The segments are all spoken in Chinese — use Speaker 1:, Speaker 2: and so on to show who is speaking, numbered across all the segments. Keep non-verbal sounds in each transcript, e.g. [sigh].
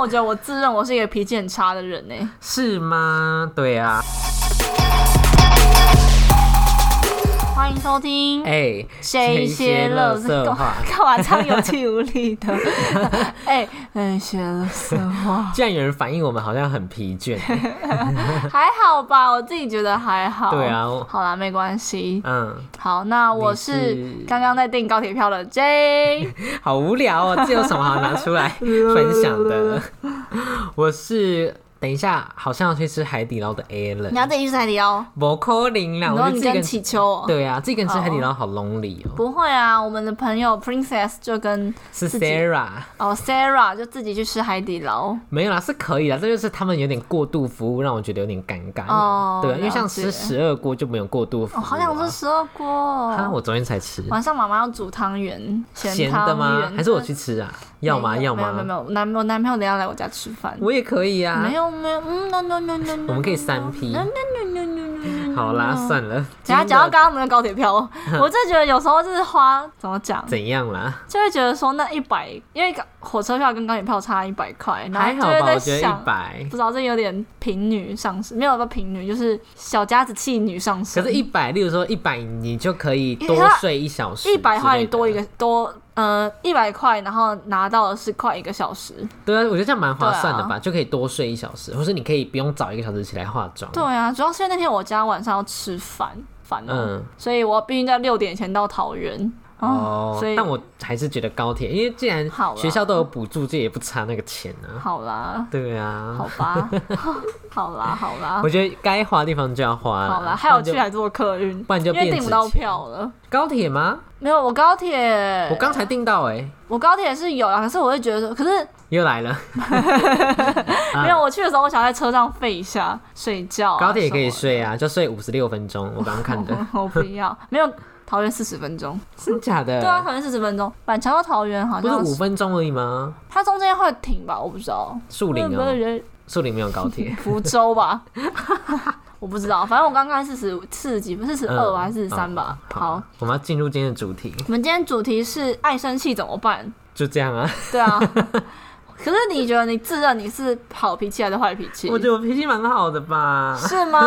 Speaker 1: 我觉得我自认我是一个脾气很差的人呢、欸
Speaker 2: 是吗？对啊，
Speaker 1: 欢迎收听。
Speaker 2: 哎、
Speaker 1: 这一些乐
Speaker 2: 这一些
Speaker 1: 色
Speaker 2: 垃圾话
Speaker 1: 干嘛唱有气无力
Speaker 2: [laughs]
Speaker 1: 的？哎、那些乐色话
Speaker 2: 竟然有人反映我们好像很
Speaker 1: [laughs]
Speaker 2: 疲倦。
Speaker 1: 还好吧，我自己觉得还好。
Speaker 2: 对啊我
Speaker 1: 好啦，没关系。
Speaker 2: 嗯，
Speaker 1: 好，那我
Speaker 2: 你
Speaker 1: 是
Speaker 2: 是
Speaker 1: 刚刚在订高铁票的
Speaker 2: [laughs]
Speaker 1: J，
Speaker 2: 好无聊哦，这有什么好拿出
Speaker 1: [laughs]
Speaker 2: 来分享的？ [laughs] 我是等一下好像要去吃海底捞的 A 了
Speaker 1: 你，要自己去海底捞，
Speaker 2: 不可能啦，
Speaker 1: 然
Speaker 2: 啊我
Speaker 1: 后
Speaker 2: 就
Speaker 1: 你
Speaker 2: 自己一个
Speaker 1: 跟
Speaker 2: 人
Speaker 1: 祈秋哦。
Speaker 2: 对啊，自己一个人吃海底捞好 lonely 哦。
Speaker 1: 不会啊，我们的朋友 Princess 就跟
Speaker 2: 是
Speaker 1: 自己
Speaker 2: Sarah
Speaker 1: 哦 Sarah 就自己去吃海底捞，哦
Speaker 2: 没有啦，是可以啦，这就是他们有点过度服务，让我觉得有点尴尬。
Speaker 1: 哦
Speaker 2: 对啊，因为像
Speaker 1: 了解
Speaker 2: 吃十二锅就没有过度服务、
Speaker 1: 哦，
Speaker 2: 啊。
Speaker 1: 好想吃十二锅
Speaker 2: 啊！
Speaker 1: 哦。
Speaker 2: 我昨天才吃，
Speaker 1: 晚上妈妈要煮汤圆，
Speaker 2: 咸
Speaker 1: 汤
Speaker 2: 的吗？
Speaker 1: 圆
Speaker 2: 还是我去吃啊？要吗？
Speaker 1: 没有
Speaker 2: 要
Speaker 1: 没有没
Speaker 2: 吗？
Speaker 1: 有没有，男我男朋友等一下来我家吃饭。
Speaker 2: 我也可以啊。
Speaker 1: 没有没有，嗯，no no no no no，
Speaker 2: 我们可以三 P
Speaker 1: no no no no no no，
Speaker 2: 好啦，算了。
Speaker 1: 等一下嗯
Speaker 2: 今天
Speaker 1: 讲到
Speaker 2: 的
Speaker 1: 刚刚那个高铁票，我真的觉得有时候就是花怎么讲，
Speaker 2: 怎样啦？
Speaker 1: 就会觉得说那一百，因为火车票跟高铁票差一百块，然
Speaker 2: 还
Speaker 1: 后
Speaker 2: 好
Speaker 1: 就会
Speaker 2: 吧，我
Speaker 1: 在
Speaker 2: 觉得
Speaker 1: 想
Speaker 2: 一，百
Speaker 1: 不，知道这有点贫女上升，没有到贫女，就是小家子气女上
Speaker 2: 可
Speaker 1: 升。
Speaker 2: 是，一百，例如说一百，你就可以
Speaker 1: 因为
Speaker 2: 多
Speaker 1: 它
Speaker 2: 睡一小时，
Speaker 1: 一百块多一。个多，呃，一百块，然后拿到的是快一个小时。
Speaker 2: 对啊，我觉得这样蛮划
Speaker 1: 对啊
Speaker 2: 算的吧，就可以多睡一小时，或是你可以不用早一个小时起来化妆。
Speaker 1: 对啊，主要是因为那天我家晚上要吃饭，烦哦、
Speaker 2: 嗯
Speaker 1: 所以我必须在六点前到桃园。
Speaker 2: 哦
Speaker 1: 所以，
Speaker 2: 但我还是觉得高铁，因为既然
Speaker 1: 好啦
Speaker 2: 学校都有补助，这也不差那个钱啊。
Speaker 1: 嗯好啦，
Speaker 2: 对啊，
Speaker 1: 好 [laughs] 吧，好啦，好啦
Speaker 2: 我，觉得该花的地方就要花。
Speaker 1: 好啦，
Speaker 2: 了，
Speaker 1: 还有
Speaker 2: 不然就
Speaker 1: 去还坐客运，
Speaker 2: 不然就
Speaker 1: 因为
Speaker 2: 变
Speaker 1: 订不
Speaker 2: 纸
Speaker 1: 到
Speaker 2: 钱
Speaker 1: 票了。
Speaker 2: 高铁吗？
Speaker 1: 没有，我高铁，
Speaker 2: 我刚才订到哎、欸，
Speaker 1: 我高铁是有啦，可是我会觉得，可是
Speaker 2: 又来了。啊
Speaker 1: 没有，我去的时候我想在车上废一下，睡觉、
Speaker 2: 高铁也可以。睡啊，就睡五十六分钟，我刚刚
Speaker 1: [laughs]
Speaker 2: 看的，
Speaker 1: 我不要，没有桃园四十分钟，
Speaker 2: 真假的？
Speaker 1: 对啊，桃园四十分钟，板桥到桃园好
Speaker 2: 哎不是
Speaker 1: 像
Speaker 2: 五分钟而已吗？
Speaker 1: 它中间会停吧，我不知道。
Speaker 2: 树林
Speaker 1: 那不是
Speaker 2: 哦，
Speaker 1: 人。
Speaker 2: 树林没有高铁
Speaker 1: 福州
Speaker 2: [laughs]
Speaker 1: 吧，我不知道，反正我刚刚四十四十几分，四十二 [laughs]
Speaker 2: 嗯
Speaker 1: 还是四十三吧。好，，
Speaker 2: 我们要进入今天的主题，
Speaker 1: 我们今天主题是爱生气怎么办？
Speaker 2: 就这样啊。
Speaker 1: 对
Speaker 2: [laughs]
Speaker 1: 啊，可是你觉得你自认你是好脾气还是坏脾气？
Speaker 2: [laughs] 我觉得我脾气蛮好的吧， [laughs]
Speaker 1: 是吗？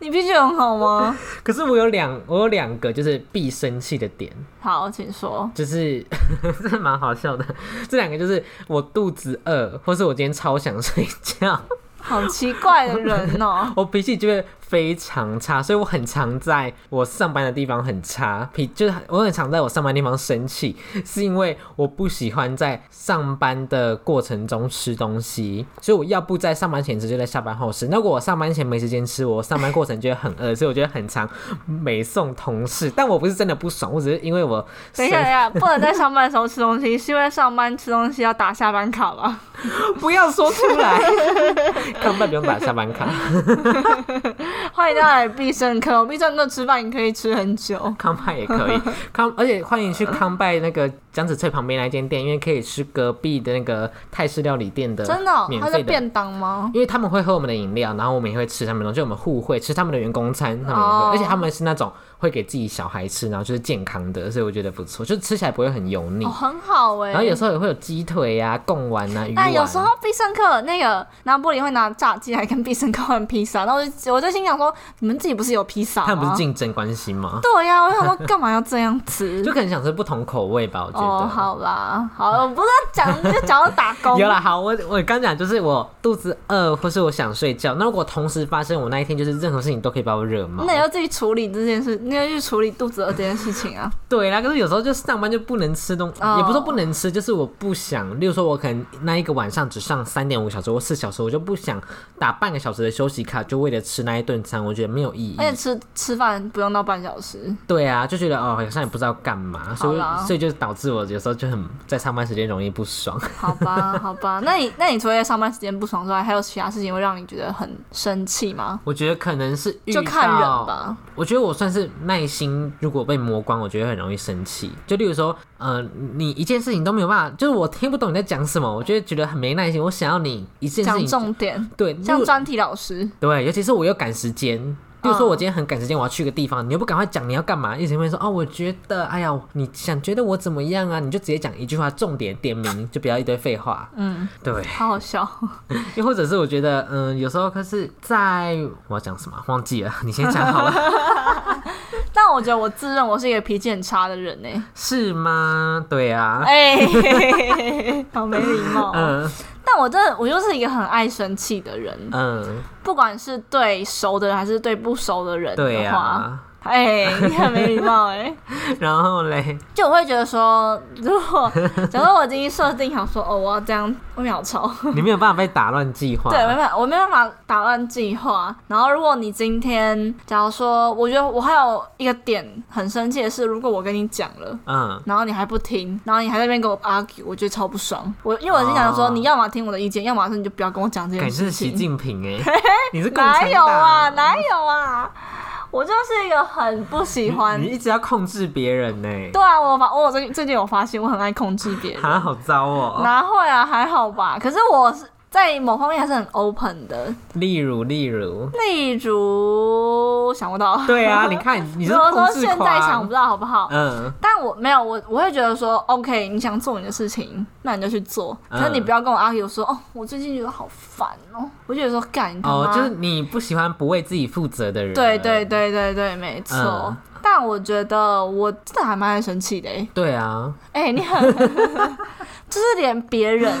Speaker 1: 你脾气很好吗？
Speaker 2: 可是我有两，我有两个就是必生气的点，
Speaker 1: 好，请说。
Speaker 2: 就是 [laughs] 真的蛮好笑的。这两个就是我肚子饿，或是我今天超想睡觉，
Speaker 1: 好奇怪的人哦、
Speaker 2: 我脾气就会非常差，所以我很常在我上班的地方很差，脾就是我很常在我上班地方生气，是因为我不喜欢在上班的过程中吃东西，所以我要不在上班前吃，就在下班后吃。那如果我上班前没时间吃，我上班过程就会很饿，所以我觉得很常美送同事，但我不是真的不爽，我只是因为我
Speaker 1: 等一下，等一下，不能在上班的时候吃东西，是因为上班吃东西要打下班卡吧？
Speaker 2: 不要说出来， [laughs] 根本不用打下班卡。
Speaker 1: 欢迎大家来必胜客，必胜客吃饭你可以吃很久。
Speaker 2: 康拜也
Speaker 1: [laughs]
Speaker 2: 可以，康而且欢迎去康拜那个江子翠旁边那间店，因为可以吃隔壁的那个泰式料理店的
Speaker 1: 真的哦、
Speaker 2: 呃免
Speaker 1: 它
Speaker 2: 费
Speaker 1: 是
Speaker 2: 的。
Speaker 1: 便当吗？
Speaker 2: 因为他们会喝我们的饮料，然后我们也会吃他们的东西，就我们互惠吃他们的员工餐，他们也会
Speaker 1: 哦
Speaker 2: 而且他们是那种会给自己小孩吃，然后就是健康的，所以我觉得不错，就是吃起来不会很油腻。
Speaker 1: 哦，很好哎、
Speaker 2: 然后有时候也会有鸡腿呀、贡丸啊、鱼
Speaker 1: 但
Speaker 2: 丸，
Speaker 1: 有时候必胜客那个拿玻璃会拿炸鸡来跟必胜客换披萨，然后我就我就心想说，你们自己不是有披萨吗？
Speaker 2: 他们不是竞争关系吗？
Speaker 1: 对呀、我就想说干嘛要这样吃？
Speaker 2: [laughs] 就可能想吃不同口味吧，我觉得。
Speaker 1: 哦，好啦，好，我不是要讲， [laughs] 就讲到打工。
Speaker 2: 有啦，好，我我刚讲就是我肚子饿，或是我想睡觉。那如果同时发生，我那一天就是任何事情都可以把我惹毛
Speaker 1: 那。你要自己处理这件事，你要去处理肚子饿这件事情
Speaker 2: [laughs]
Speaker 1: 啊。
Speaker 2: 对啦，可是有时候就上班就不能吃东，
Speaker 1: 哦
Speaker 2: 也不是说不能吃，就是我不想。例如说，我可能那一个晚上只上三点五小时或四小时，我就不想打半个小时的休息卡，就为了吃那一顿餐，我觉得没有意义。
Speaker 1: 而且吃吃饭不用到半小时，
Speaker 2: 对啊，就觉得哦，好像也不知道干嘛，所
Speaker 1: 好啦
Speaker 2: 以所以就导致我有时候就很在上班时间容易不爽。 [laughs]
Speaker 1: 好吧， [laughs] 好吧。那你那你除了在上班时间不爽之外，还有其他事情会让你觉得很生气吗？
Speaker 2: 我觉得可能是遇
Speaker 1: 就看人
Speaker 2: 到
Speaker 1: 吧。
Speaker 2: 我觉得我算是耐心，如果被磨光，我觉得很容易生气。就例如说，呃，你一件事情都没有办法，就是我听不懂你在讲什么，我就会觉得很没耐心。我想要你一件
Speaker 1: 讲
Speaker 2: 事情，
Speaker 1: 重点，
Speaker 2: 对，
Speaker 1: 像
Speaker 2: 如
Speaker 1: 专题老师，
Speaker 2: 对，尤其是我又赶时间，比如说，
Speaker 1: 嗯
Speaker 2: 我今天很赶时间，我要去个地方，你又不赶快讲你要干嘛，一直会说哦，我觉得，哎呀，你想觉得我怎么样啊？你就直接讲一句话，重点点名，就不要一堆废话。
Speaker 1: 嗯，
Speaker 2: 对，
Speaker 1: 好好
Speaker 2: [laughs]
Speaker 1: 笑。
Speaker 2: 又或者是我觉得，嗯，有时候可是在我要讲什么忘记了，你先讲好
Speaker 1: [laughs]
Speaker 2: 了，
Speaker 1: 但我觉得我自认我是一个脾气很差的人呢、欸
Speaker 2: 是吗？对啊，
Speaker 1: 哎、 [laughs] 好没礼貌、
Speaker 2: 嗯
Speaker 1: 但我真的，我就是一个很爱生气的人，
Speaker 2: 嗯，
Speaker 1: 不管是对熟的人还是对不熟的人
Speaker 2: 对
Speaker 1: 的话，
Speaker 2: 啊。
Speaker 1: 哎、你很没礼貌哎、
Speaker 2: [laughs] 然后嘞，
Speaker 1: 就我会觉得说，如果假如我已经设定好说，哦，我要这样，我秒超，
Speaker 2: 你没有办法被打乱计划。
Speaker 1: 对，没办法，我没办法打乱计划。然后，如果你今天，假如说，我觉得我还有一个点很生气的是，如果我跟你讲了。
Speaker 2: 嗯，
Speaker 1: 然后你还不听，然后你还在那边跟我 argue，我觉得超不爽。我因为我心想说，
Speaker 2: 哦
Speaker 1: 你要么听我的意见，要么是你就不要跟我讲这
Speaker 2: 感
Speaker 1: 件
Speaker 2: 觉是
Speaker 1: 事
Speaker 2: 习
Speaker 1: 情。
Speaker 2: 近平哎、
Speaker 1: [laughs]
Speaker 2: 你是共产
Speaker 1: 哪
Speaker 2: 党
Speaker 1: 有啊？哪有啊？我就是一个很不喜欢
Speaker 2: 你。一直要控制别人呢、欸
Speaker 1: 对啊，我发我最近最近有发现，我很爱控制别人。
Speaker 2: 啊，好糟哦、
Speaker 1: 哪会啊？还好吧。可是我是在某方面还是很 open 的，
Speaker 2: 例如，例如，
Speaker 1: 例如想不到。[laughs]
Speaker 2: 对啊，你看你是
Speaker 1: 如果
Speaker 2: 控
Speaker 1: 说
Speaker 2: 制
Speaker 1: 现在想
Speaker 2: 狂
Speaker 1: 不。到好不好？
Speaker 2: 嗯，
Speaker 1: 但我没有，我我会觉得说，OK，你想做你的事情，那你就去做。可
Speaker 2: 嗯
Speaker 1: 是你不要跟我 argue 说，哦，我最近觉得好烦哦，我觉得说干你他妈。
Speaker 2: 哦，就是你不喜欢不为自己负责的人。
Speaker 1: 对对对对对，没错。
Speaker 2: 嗯
Speaker 1: 但我觉得我真的还蛮爱生气的、欸，
Speaker 2: 对啊，
Speaker 1: 哎、你
Speaker 2: [laughs]
Speaker 1: 很，就是连别人，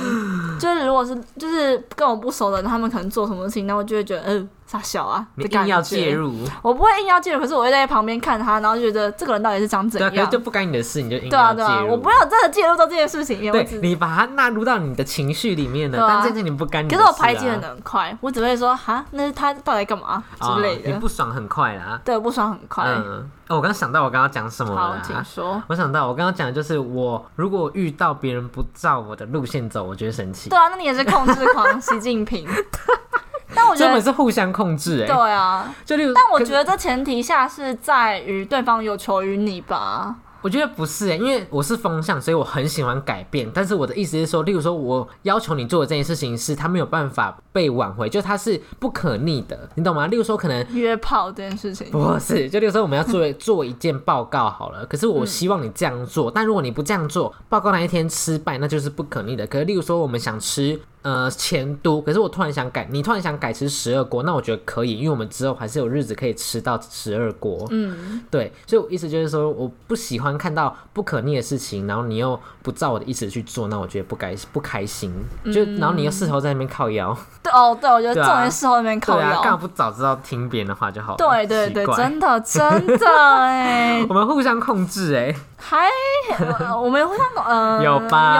Speaker 1: 就是如果是就是跟我不熟的人，他们可能做什么事情，那我就会觉得，嗯、傻小啊，
Speaker 2: 你
Speaker 1: 的
Speaker 2: 硬
Speaker 1: 感
Speaker 2: 要
Speaker 1: 觉
Speaker 2: 介。入，
Speaker 1: 我不会硬要介入，可是我会在旁边看他，然后就觉得这个人到底是长怎
Speaker 2: 对啊，可是
Speaker 1: 样
Speaker 2: 就。不干你的事，你就硬
Speaker 1: 对啊，
Speaker 2: 要
Speaker 1: 对
Speaker 2: 介
Speaker 1: 啊，我
Speaker 2: 入。
Speaker 1: 不要真的介入到这件事情里面，我只
Speaker 2: 对你把它纳入到你的情绪里面了，
Speaker 1: 对啊
Speaker 2: 但这件你不干你
Speaker 1: 可
Speaker 2: 的
Speaker 1: 是
Speaker 2: 事啊。
Speaker 1: 我排解得很快，我只会说哈，那是他到底干嘛之类
Speaker 2: 哦
Speaker 1: 的，
Speaker 2: 你不爽很快啦。
Speaker 1: 对，我不爽很快。
Speaker 2: 嗯，哦，我刚想到我啊刚刚讲什么
Speaker 1: 好
Speaker 2: 了，啦。
Speaker 1: 请说。
Speaker 2: 我想到我刚刚讲的就是，我如果遇到别人不照我的路线走，我就会生气
Speaker 1: 对。啊，那你也是控制狂习近
Speaker 2: [laughs]
Speaker 1: 平。但我觉
Speaker 2: 所以我们
Speaker 1: 得，
Speaker 2: 是互相控制、哎，
Speaker 1: 对啊，
Speaker 2: 就例如，
Speaker 1: 但我
Speaker 2: 可
Speaker 1: 觉得这前提下是在于对方有求于你吧。
Speaker 2: 我觉得不是、哎，因为我是风向，所以我很喜欢改变。但是我的意思是说，例如说我要求你做的这件事情是，他没有办法被挽回，就他是不可逆的，你懂吗？例如说可能。
Speaker 1: 约炮这件事情，
Speaker 2: [laughs] 不是，就例如说我们要
Speaker 1: 嗯
Speaker 2: 做做一件报告好了，可是我希望你这样做，但如果你不这样做，报告那一天失败，那就是不可逆的。可是例如说我们想吃呃前都，可是我突然想改，你突然想改吃十二锅，那我觉得可以，因为我们之后还是有日子可以吃到十二锅。
Speaker 1: 嗯，
Speaker 2: 对，所以我意思就是说，我不喜欢看到不可逆的事情，然后你又不照我的意思去做，那我觉得不该不开心。
Speaker 1: 嗯
Speaker 2: 就然后你又事后在那边靠腰，
Speaker 1: 对哦，对，我觉得这
Speaker 2: 对啊
Speaker 1: 种人事后那边
Speaker 2: 对
Speaker 1: 靠
Speaker 2: 啊，干嘛
Speaker 1: 腰，
Speaker 2: 不早知道听别人的话就好了？
Speaker 1: 对对
Speaker 2: 奇
Speaker 1: 对，
Speaker 2: 怪
Speaker 1: 真的真的哎，
Speaker 2: [laughs] 我们互相控制哎、
Speaker 1: 还、
Speaker 2: [laughs]
Speaker 1: 呃我们互相呃
Speaker 2: 有吧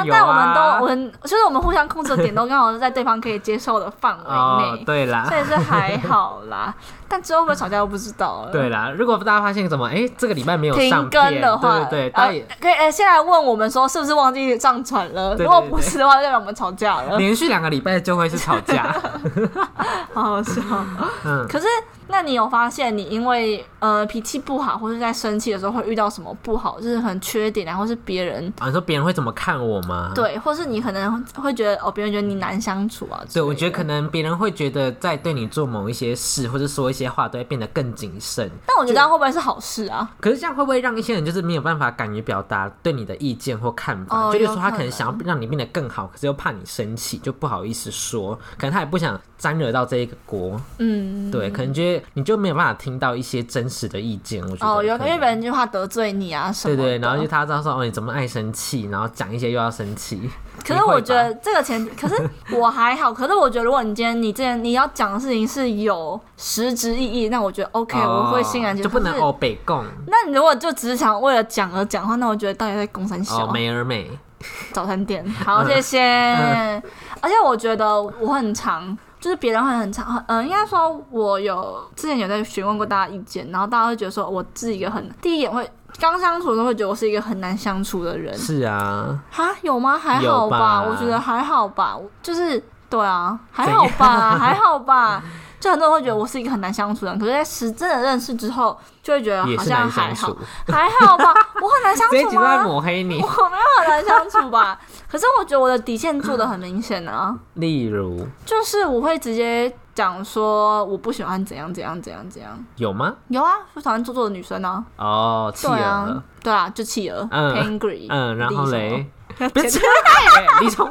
Speaker 1: 吗？
Speaker 2: 有
Speaker 1: 但
Speaker 2: 啊
Speaker 1: 我们都我们就是我们互相控制的点都刚好是在对方可以接受的范围
Speaker 2: 哦，
Speaker 1: 内，
Speaker 2: 对啦
Speaker 1: 所，以是还好啦。 [laughs] 但之后会不会吵架我不知道了。
Speaker 2: 对啦。如果大家发现怎么哎、这个礼拜没有上
Speaker 1: 呃停更
Speaker 2: 片，
Speaker 1: 的话，
Speaker 2: 对对对，
Speaker 1: 啊
Speaker 2: 到底
Speaker 1: 可以哎、现在问我们说是不是忘记上传了？
Speaker 2: 对对
Speaker 1: 如果
Speaker 2: 对
Speaker 1: 不是的话，就代表我们吵架了，
Speaker 2: 连续两个礼拜就会是吵架。
Speaker 1: [laughs] 好好笑。
Speaker 2: 嗯，
Speaker 1: 可是，那你有发现你因为呃脾气不好，或者在生气的时候会遇到什么不好，就是很缺点啊，然后是别人
Speaker 2: 啊，你说别人会怎么看我吗？。
Speaker 1: 对，或是你可能会觉得哦，别人觉得你难相处啊。
Speaker 2: 对，我觉得可
Speaker 1: 能，
Speaker 2: 能别人会觉得在对你做某一些事或者说一些话，都会变得更谨慎。
Speaker 1: 但我觉得这样会不会是好事啊？
Speaker 2: 可是这样会不会让一些人就是没有办法敢于表达对你的意见或看法？
Speaker 1: 哦
Speaker 2: 就是
Speaker 1: 有
Speaker 2: 说
Speaker 1: 可
Speaker 2: 他可能想要让你变得更好，可是又怕你生气，就不好意思说，可能他也不想沾惹到这一个锅。
Speaker 1: 嗯，
Speaker 2: 对，可能觉得你就没有办法听到一些真实的意见。我觉得
Speaker 1: 哦，有
Speaker 2: 可
Speaker 1: 因
Speaker 2: 能
Speaker 1: 为别人就怕得罪你啊什
Speaker 2: 对
Speaker 1: 么
Speaker 2: 对，
Speaker 1: 的
Speaker 2: 然后就他知道说哦，你怎么爱生气，然后讲一些又要生气。
Speaker 1: 可
Speaker 2: 你
Speaker 1: 是
Speaker 2: 会
Speaker 1: 我
Speaker 2: 吧
Speaker 1: 觉得这个前提，可
Speaker 2: [laughs]
Speaker 1: 是我还好。可是我觉得，如果你今天你之前你要讲的事情是有实质意义，那我觉得 OK，、我会欣然接
Speaker 2: 哦
Speaker 1: 受。
Speaker 2: 就不能
Speaker 1: 可是
Speaker 2: 哦北共
Speaker 1: 那你如果就只是想为了讲而讲的话，那我觉得到底在公三小、啊
Speaker 2: 哦美而美。
Speaker 1: 早餐店。好，谢谢。
Speaker 2: 嗯
Speaker 1: 而且我觉得我很长，就是别人会很长，嗯、应该说我有之前有在询问过大家意见，然后大家会觉得说我是一个很第一眼会刚相处的时候会觉得我是一个很难相处的人。
Speaker 2: 是啊，
Speaker 1: 哈，有吗？还好
Speaker 2: 有吧
Speaker 1: 我觉得还好吧。我就是对啊，还好吧，还好吧。
Speaker 2: [laughs]
Speaker 1: 就很多人会觉得我是一个很难相处的人，可是，在实真的认识之后，就会觉得
Speaker 2: 也
Speaker 1: 好
Speaker 2: 是
Speaker 1: 像
Speaker 2: 难
Speaker 1: 还
Speaker 2: 相
Speaker 1: 好
Speaker 2: 处，，
Speaker 1: 还好吧。我很难相
Speaker 2: [laughs] 这一集
Speaker 1: 处
Speaker 2: 都在
Speaker 1: 吗？
Speaker 2: 抹黑你。
Speaker 1: [laughs] 我没有很难相处吧？可是我觉得我的底线做的很明显啊，
Speaker 2: 例如
Speaker 1: 就是我会直接讲说我不喜欢怎样怎样怎样怎样。
Speaker 2: 有吗？
Speaker 1: 有啊，我讨厌做作的女生啊。
Speaker 2: 哦，气
Speaker 1: 对
Speaker 2: 人
Speaker 1: 啊
Speaker 2: 了，，
Speaker 1: 对啊，就企鹅、
Speaker 2: 嗯
Speaker 1: a n g r y
Speaker 2: 嗯，然后嘞， [laughs] 别
Speaker 1: 剪 [laughs]
Speaker 2: 这样，李聪，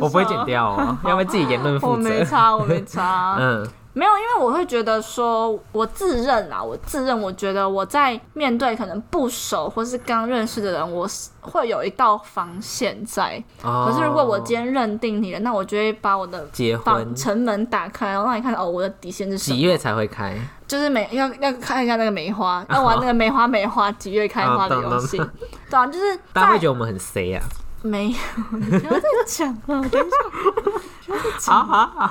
Speaker 2: 我不会剪，掉哦，要为自己言论
Speaker 1: 我
Speaker 2: 负责
Speaker 1: 没。差，我没差。
Speaker 2: 嗯，
Speaker 1: 没有，因为我会觉得说，我自认啦，我自认，我觉得我在面对可能不熟或是刚认识的人，我是会有一道防线在。
Speaker 2: 可
Speaker 1: 可是如果我今天认定你了，那我就会把我的
Speaker 2: 哦结婚
Speaker 1: 房城门打开，然后让你看到哦，我的底线是什
Speaker 2: 几
Speaker 1: 么？
Speaker 2: 月才会开？
Speaker 1: 就是梅要要看一下那个梅花，要玩那个梅花梅花几月开花的
Speaker 2: 啊懂
Speaker 1: 游戏。对啊，就是
Speaker 2: 大家会
Speaker 1: 在
Speaker 2: 觉得我们很 C 啊？
Speaker 1: 没 [laughs] 有，你不要再讲了，等一下。
Speaker 2: 好好好，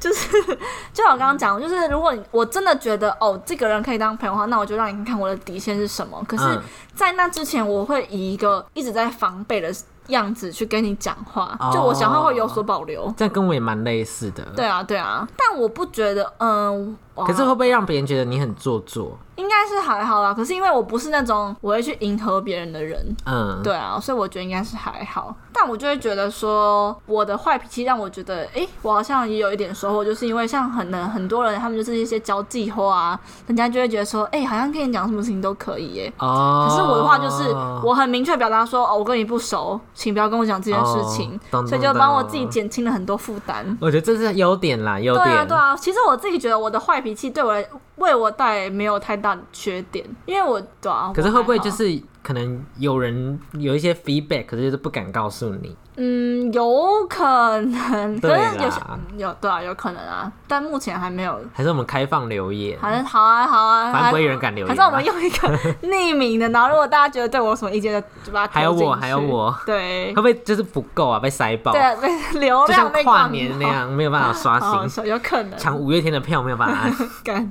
Speaker 1: 就像我刚刚讲，就是如果你我真的觉得哦，这个人可以当朋友的话，那我就让你看我的底线是什么。可是
Speaker 2: 嗯，
Speaker 1: 在那之前，我会以一个一直在防备的样子去跟你讲话，
Speaker 2: 哦
Speaker 1: 就我讲话会有所保留。
Speaker 2: 这样跟我也蛮类似的。
Speaker 1: 对啊，对啊，但我不觉得，嗯、哇
Speaker 2: 可是会不会让别人觉得你很做作？
Speaker 1: 应该是还好啦。可是因为我不是那种我会去迎合别人的人，
Speaker 2: 嗯，
Speaker 1: 对啊，所以我觉得应该是还好。但我就会觉得说，我的坏脾气让我觉得，诶，我好像也有一点收获，就是因为像很多很多人，他们就是一些交际花啊，人家就会觉得说，诶，好像跟你讲什么事情都可以耶。
Speaker 2: 哦。
Speaker 1: 可是我的话就是，我很明确表达说，哦，我跟你不熟，请不要跟我讲这件事情
Speaker 2: 哦，懂
Speaker 1: 所以
Speaker 2: 懂
Speaker 1: 就帮我自己
Speaker 2: 懂
Speaker 1: 减轻了很多负担。
Speaker 2: 我觉得这是优点啦，优
Speaker 1: 对
Speaker 2: 点。
Speaker 1: 啊，对啊，其实我自己觉得我的坏脾气对我来为我带来没有太大的缺点，因为我对啊。
Speaker 2: 可是
Speaker 1: 我
Speaker 2: 会不会
Speaker 1: 还好
Speaker 2: 就是可能有人有一些 feedback，可是就是不敢告诉你？
Speaker 1: 嗯，有可能，可
Speaker 2: 对啦
Speaker 1: 是有些嗯有对啊，有可能啊，但目前还没有。
Speaker 2: 还是我们开放留言？
Speaker 1: 反正好啊，好啊，
Speaker 2: 反正
Speaker 1: 还
Speaker 2: 不会有人敢留言
Speaker 1: 还
Speaker 2: 啊。
Speaker 1: 是我们用一
Speaker 2: [laughs]
Speaker 1: 个匿名的，然后如果大家觉得对我有什么意见，就就把它
Speaker 2: 还有
Speaker 1: 投进
Speaker 2: 我
Speaker 1: 去
Speaker 2: 还有我
Speaker 1: 对
Speaker 2: [laughs] 会不会就是不够啊？被塞爆？
Speaker 1: 对啊，被流
Speaker 2: 就像
Speaker 1: 量被
Speaker 2: 跨
Speaker 1: 灌
Speaker 2: 年
Speaker 1: 爆
Speaker 2: 那， [laughs] 样，没有办法刷
Speaker 1: 好好
Speaker 2: 新，
Speaker 1: 笑，哦有可能
Speaker 2: 抢五月天的票没有办法
Speaker 1: [laughs]
Speaker 2: 按
Speaker 1: 干。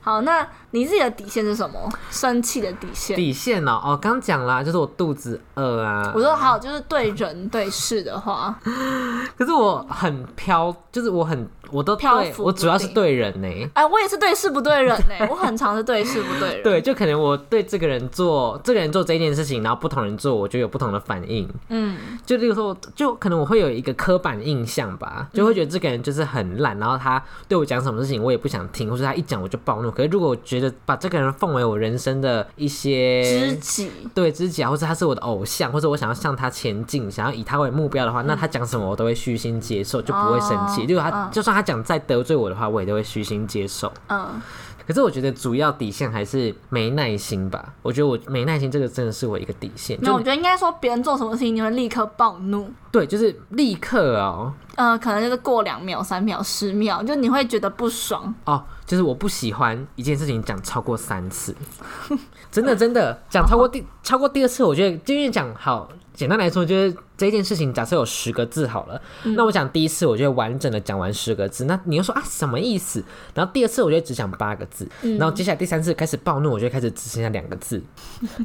Speaker 1: 好，那你自己的底线是什么？生气的底线。
Speaker 2: 底线哦。哦，刚讲啦，就是我肚子饿啊
Speaker 1: 我。说还有就是对人对事的话，
Speaker 2: 可是我很飘，就是我很我都
Speaker 1: 漂
Speaker 2: 对
Speaker 1: 浮
Speaker 2: 我
Speaker 1: 不
Speaker 2: 主要是
Speaker 1: 定
Speaker 2: 对人呢、
Speaker 1: 哎，我也是对事不对人
Speaker 2: [laughs]
Speaker 1: 呢、我很常是对事不对人。
Speaker 2: 对，就可能我对这个人做，这个人做这件事情，然后不同人做，我就有不同的反应。
Speaker 1: 嗯，
Speaker 2: 就例如说，就可能我会有一个刻板印象吧，就会觉得这个人就是很烂，然后他对我讲什么事情我也不想听，或者他一讲我就暴怒。可是如果我觉得把这个人奉为我人生的一
Speaker 1: 知
Speaker 2: 些
Speaker 1: 己。
Speaker 2: 对知己啊，或者他是我的偶像，或者我想要向他前进，想要以他为目标的话，那他讲什么我都会虚心接受，就不会生
Speaker 1: 嗯
Speaker 2: 气。
Speaker 1: 哦
Speaker 2: 如果他
Speaker 1: 嗯
Speaker 2: 就算他讲再得罪我的话，我也都会虚心接受。
Speaker 1: 嗯，
Speaker 2: 可是我觉得主要底线还是没耐心吧。我觉得我没耐心这个真的是我一个底线。
Speaker 1: 那我
Speaker 2: 就
Speaker 1: 觉得应该说别人做什么事情，你会立刻暴怒。
Speaker 2: 对，就是立刻哦
Speaker 1: 呃，可能就是过两秒、三秒、十秒，就你会觉得不爽。
Speaker 2: 哦，就是我不喜欢一件事情讲超过三次，真的真的讲超过第超过第二次，我觉得就因为讲好。简单来说，就是这件事情，假设有十个字好了，
Speaker 1: 嗯
Speaker 2: 那我讲第一次，我就会完整的讲完十个字。那你又说啊，什么意思？然后第二次，我就会只讲八个字。
Speaker 1: 嗯
Speaker 2: 然后接下来第三次开始暴怒，我就会开始只剩下两个字。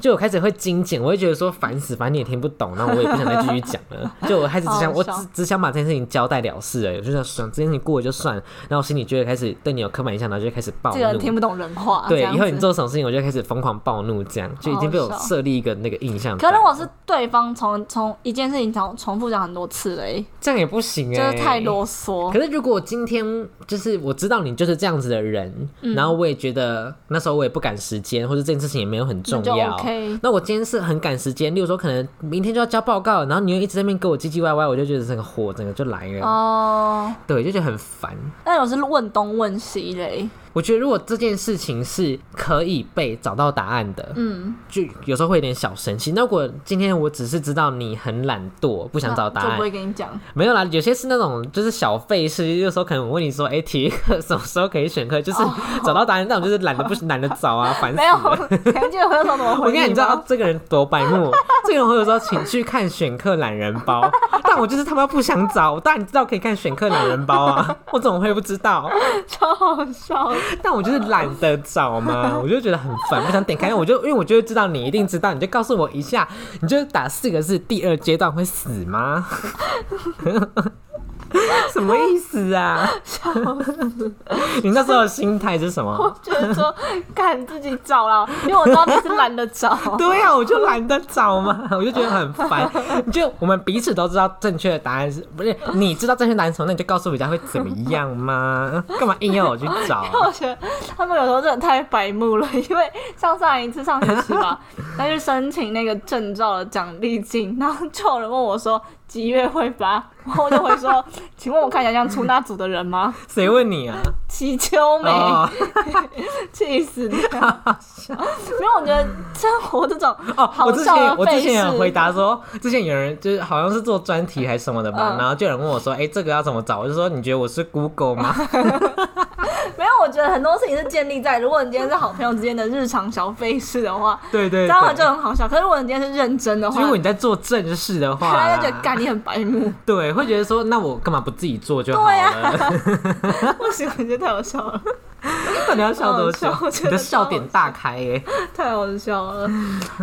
Speaker 2: 就我开始会精简，我会觉得说烦死，反正你也听不懂，然后我也不想再继续讲了。就我开始只想，
Speaker 1: 好好
Speaker 2: 我
Speaker 1: 笑
Speaker 2: 只只想把这件事情交代了事而已。我就想想这件事情过了就算了，然后我心里就会开始对你有刻板印象，然后就会开始暴
Speaker 1: 这个人
Speaker 2: 怒。
Speaker 1: 听不懂人话。
Speaker 2: 对
Speaker 1: 这，样
Speaker 2: 以
Speaker 1: 子
Speaker 2: 后你。做什么事情，我就会开始疯狂暴怒，这样就已经被我
Speaker 1: 好好笑
Speaker 2: 设立一个那个印象在。
Speaker 1: 可能我是对方从从一件事情重重复讲很多次嘞、
Speaker 2: 这样也不行哎、
Speaker 1: 就是太啰嗦。
Speaker 2: 可是如果我今天就是我知道你就是这样子的人，
Speaker 1: 嗯
Speaker 2: 然后我也觉得那时候我也不赶时间，或者这件事情也没有很重
Speaker 1: 那
Speaker 2: 要。
Speaker 1: 就 OK
Speaker 2: 那我今天是很赶时间，例如说可能明天就要交报告，然后你又一直在那边给我唧唧歪歪，我就觉得这个火整个就来了，
Speaker 1: 哦，
Speaker 2: 对，就觉得很烦。
Speaker 1: 那我是问东问西嘞。
Speaker 2: 我觉得如果这件事情是可以被找到答案的，
Speaker 1: 嗯，
Speaker 2: 就有时候会有点小生气。那如果今天我只是知道你很懒惰，不想找答
Speaker 1: 哦就
Speaker 2: 案
Speaker 1: 不，会跟你讲。
Speaker 2: 没有啦，有些是那种就是小费事，有时候可能我问你说，哎、体育课什么时候可以选课？就是找到答案，那我就是懒得不懒得找啊，烦死
Speaker 1: 哦 [laughs] 没有，
Speaker 2: [laughs] 了。
Speaker 1: 感觉有什么
Speaker 2: 我
Speaker 1: 回
Speaker 2: 跟你
Speaker 1: 应
Speaker 2: 知道
Speaker 1: 吗？ [laughs]
Speaker 2: 这个人多白目，这个人我有时候请去看选课懒人包，但但我就是他妈不想找，我当然知道可以看选课懒人包啊，我怎么会不知道？
Speaker 1: 超好笑的。
Speaker 2: 但我就是懒得找嘛，我就觉得很烦，不想点开。我就因为我就会知道你一定知道，你就告诉我一下，你就打四个字，第二阶段会死吗？ [laughs] 什么意思啊？你那时候的心态是什么？
Speaker 1: 我觉得说看自己找啦，因为我知道你是懒得找。
Speaker 2: 对啊呀、我就懒得找嘛，我就觉得很烦。就我们彼此都知道正确的答案是不是？你知道正确答案是什么，那你就告诉我一下会怎么样吗？干嘛硬要我去找？
Speaker 1: 我觉得他们有时候真的太白目了，因为上上一次上学期
Speaker 2: [laughs]
Speaker 1: 吧，他去申请那个证照的奖励金，然后就有人问我说几月会发，然后我就回说，请问我看起来像出纳组的人
Speaker 2: [laughs]
Speaker 1: 吗？
Speaker 2: 谁问你啊？
Speaker 1: 祈求美，
Speaker 2: 哦
Speaker 1: 气死掉！没有，我觉得生活这种
Speaker 2: 哦，
Speaker 1: 好
Speaker 2: 我之
Speaker 1: 笑的
Speaker 2: 前我之
Speaker 1: 费
Speaker 2: 前有
Speaker 1: 事
Speaker 2: 回答说，之前有人就是好像是做专题还是什么的吧，
Speaker 1: 嗯
Speaker 2: 然后就有人问我说，哎、这个要怎么找？我就说你觉得我是 Google 吗？ [laughs]
Speaker 1: 没有，我觉得很多事情是建立在，如果你今天是好朋友之间的日常小费事的话，
Speaker 2: 对对
Speaker 1: 这
Speaker 2: 对，
Speaker 1: 样就很好笑。可是如果你今天是认真的话，
Speaker 2: 如果你在做正事的话
Speaker 1: 大家
Speaker 2: 啦，
Speaker 1: 就觉得干你很白目， [laughs]
Speaker 2: 对，会觉得说那我干嘛不自己做就好
Speaker 1: 对啊
Speaker 2: 了？
Speaker 1: 不行，我觉得太好笑了，
Speaker 2: [laughs]
Speaker 1: [laughs]
Speaker 2: 到底要笑多久
Speaker 1: 好好笑我？觉
Speaker 2: 你
Speaker 1: 得
Speaker 2: 的笑点大开耶、
Speaker 1: 太好笑
Speaker 2: [laughs]
Speaker 1: 了。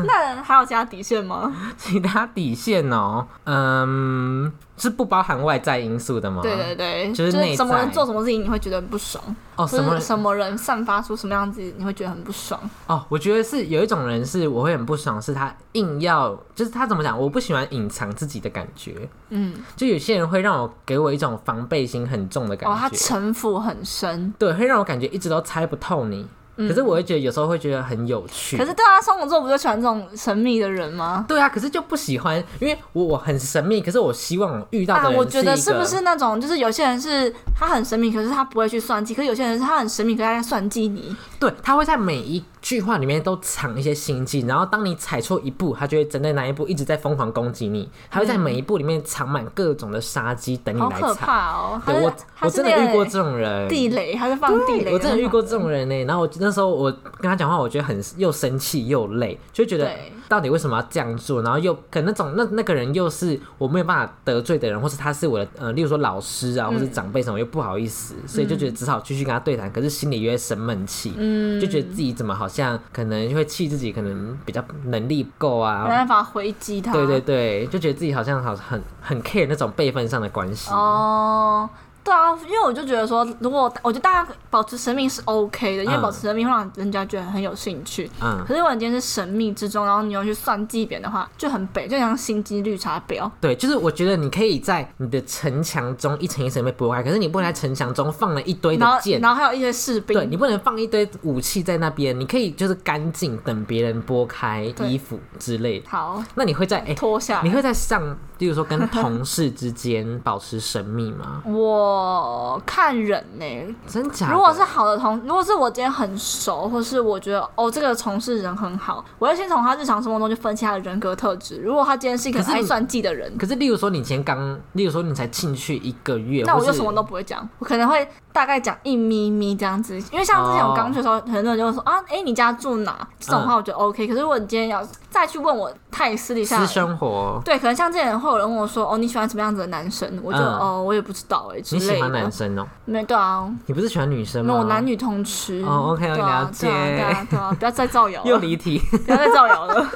Speaker 1: 那还有其他底线吗？
Speaker 2: 其他底线哦，嗯，是不包含外在因素的吗？
Speaker 1: 对对对，
Speaker 2: 啊就是内在
Speaker 1: 什么人做什么事情你会觉得很不爽，
Speaker 2: 哦，
Speaker 1: 或
Speaker 2: 什么
Speaker 1: 是什么人散发出什么样子你会觉得很不爽。
Speaker 2: 哦，我觉得是有一种人是我会很不爽，是他硬要，就是他怎么讲，我不喜欢隐藏自己的感觉。
Speaker 1: 嗯，
Speaker 2: 就有些人会让我给我一种防备心很重的感
Speaker 1: 哦，他
Speaker 2: 觉，
Speaker 1: 城府很深，
Speaker 2: 对，会让我感觉一直都猜不透你。可是我会觉得有时候会觉得很有趣。
Speaker 1: 嗯可是对啊，双子座不就喜欢这种神秘的人吗？
Speaker 2: 对啊，可是就不喜欢，因为我我很神秘，可是我希望我遇到
Speaker 1: 啊，
Speaker 2: 的人
Speaker 1: 我觉得
Speaker 2: 一
Speaker 1: 是
Speaker 2: 个
Speaker 1: 不是那种，就是有些人是他很神秘，可是他不会去算计；，可是有些人是他很神秘，可是他在算计你。
Speaker 2: 对，他会在每一句话里面都藏一些心机，然后当你踩错一步，他就会针对那一步一直在疯狂攻击你，他会在每一步里面藏满各种的杀机等你
Speaker 1: 嗯好
Speaker 2: 来
Speaker 1: 可
Speaker 2: 踩。
Speaker 1: 怕哦！他
Speaker 2: 对
Speaker 1: 是
Speaker 2: 我，
Speaker 1: 他
Speaker 2: 我
Speaker 1: 是
Speaker 2: 真的遇过
Speaker 1: 那个
Speaker 2: 这种人，
Speaker 1: 地雷，他是放地雷的那种。
Speaker 2: 我真的遇过这种人呢、欸然后我那时候我跟他讲话，我觉得很又生气又累，就觉得
Speaker 1: 对
Speaker 2: 到底为什么要这样做？然后又可能那种那那个人又是我没有办法得罪的人，或是他是我的呃，例如说老师啊，或是长辈什么，又不好意思，所以就觉得只好继续跟他对谈，可是心里又会生闷气，嗯，就觉得自己怎么好像可能会气自己，可能比较能力不够
Speaker 1: 没
Speaker 2: 啊。
Speaker 1: 办法回击他。
Speaker 2: 对对对，就觉得自己好像好很很 care 那种辈分上的关系。
Speaker 1: 哦。对啊，因为我就觉得说，如果我觉得大家保持神秘是 OK 的，因为
Speaker 2: 嗯
Speaker 1: 保持神秘会让人家觉得很有兴趣。
Speaker 2: 嗯，
Speaker 1: 可是如果你今天是神秘之中，然后你又去算计别人的话，就很北，就像心机绿茶婊。
Speaker 2: 对，就是我觉得你可以在你的城墙中一层一层被剥开，可是你不能在城墙中放了一堆
Speaker 1: 然
Speaker 2: 的
Speaker 1: 后，
Speaker 2: 剑，
Speaker 1: 然后还有一些士兵，
Speaker 2: 对你不能放一堆武器在那边，你可以就是干净等别人剥开
Speaker 1: 对
Speaker 2: 衣服之类的。
Speaker 1: 好
Speaker 2: 那你会在哎、
Speaker 1: 脱下来
Speaker 2: 你会在上，例如说跟同事之间保持神秘吗？
Speaker 1: 我看人呢、
Speaker 2: 真假的？
Speaker 1: 如果是好的同，如果是我今天很熟，或是我觉得哦这个从事人很好，我会先从他日常生活中就分析他的人格特质。如果他今天是一个
Speaker 2: 可是
Speaker 1: 爱
Speaker 2: 你
Speaker 1: 算计的人，
Speaker 2: 可是例如说你以前刚，例如说你才进去一个月，
Speaker 1: 那
Speaker 2: 或
Speaker 1: 我就是什么都不会讲，我可能会大概讲一咪咪这样子。因为像之前我刚去的
Speaker 2: 哦
Speaker 1: 时候，很多人就会说啊，哎、你家住哪？这种
Speaker 2: 嗯
Speaker 1: 话我觉得 OK、可是如果你今天要再去问我太私底下
Speaker 2: 私
Speaker 1: 的，
Speaker 2: 生活，
Speaker 1: 对，可能像之前会有人问我说，哦，你喜欢什么样子的男生？我就、
Speaker 2: 嗯
Speaker 1: 哦，我也不知道哎、之
Speaker 2: 你喜
Speaker 1: 类
Speaker 2: 欢男
Speaker 1: 的。
Speaker 2: 生哦、
Speaker 1: 没对啊，
Speaker 2: 你不是喜欢女生
Speaker 1: 没
Speaker 2: 吗？
Speaker 1: 有男女通吃。
Speaker 2: 哦，OK，
Speaker 1: 对啊
Speaker 2: 了解
Speaker 1: 对啊，对啊，对啊，不要再造谣
Speaker 2: [laughs] 又
Speaker 1: 了，
Speaker 2: 离
Speaker 1: [laughs]
Speaker 2: 题，
Speaker 1: 不要再造谣了。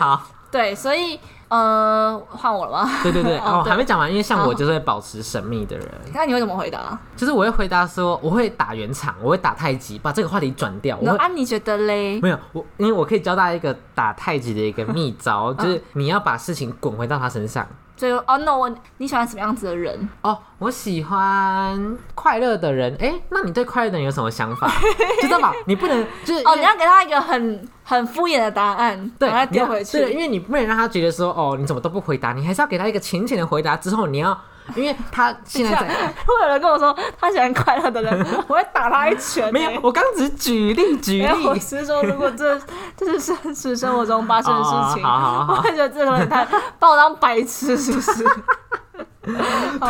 Speaker 2: 好。
Speaker 1: 对，所以呃，换我了吧？
Speaker 2: [laughs] 对对对，
Speaker 1: 哦
Speaker 2: 哦，
Speaker 1: 对
Speaker 2: 还没讲完，因为像
Speaker 1: 好
Speaker 2: 我就是会保持神秘的人，
Speaker 1: [laughs] 那你会怎么回答？
Speaker 2: 就是我会回答说，我会打圆场，我会打太极，把这个话题转掉。我
Speaker 1: 那
Speaker 2: 会
Speaker 1: 啊，你觉得嘞？
Speaker 2: 没有我，因为我可以教大家一个打太极的一个秘招，
Speaker 1: [laughs]
Speaker 2: 就是你要把事情滚回到他身上。
Speaker 1: 最后哦，no，我你喜欢什么样子的人？
Speaker 2: 哦，我喜欢快乐的人，哎、那你对快乐的人有什么想法？ [laughs] 就这样吧，你不能就是因
Speaker 1: 哦，
Speaker 2: 为
Speaker 1: 你要给他一个很很敷衍的答案，
Speaker 2: 对，
Speaker 1: 把他
Speaker 2: 你要
Speaker 1: 丢回
Speaker 2: 对，
Speaker 1: [laughs] 去。
Speaker 2: 因为你不能让他觉得说，哦，你怎么都不回答，你还是要给他一个浅浅的回答。之后你要，因为他现
Speaker 1: [laughs]
Speaker 2: 在
Speaker 1: 这
Speaker 2: 在
Speaker 1: 样如果有人跟我说他喜欢快乐的人，我会打他一拳、欸。
Speaker 2: [laughs] 没有，我刚只举例举
Speaker 1: 没
Speaker 2: 例
Speaker 1: 有，，我是说，如果这 [laughs] 这是现实生活中发生的事情，
Speaker 2: 哦好好好 [laughs]
Speaker 1: 我会觉得这个人他把我当白痴，是不是？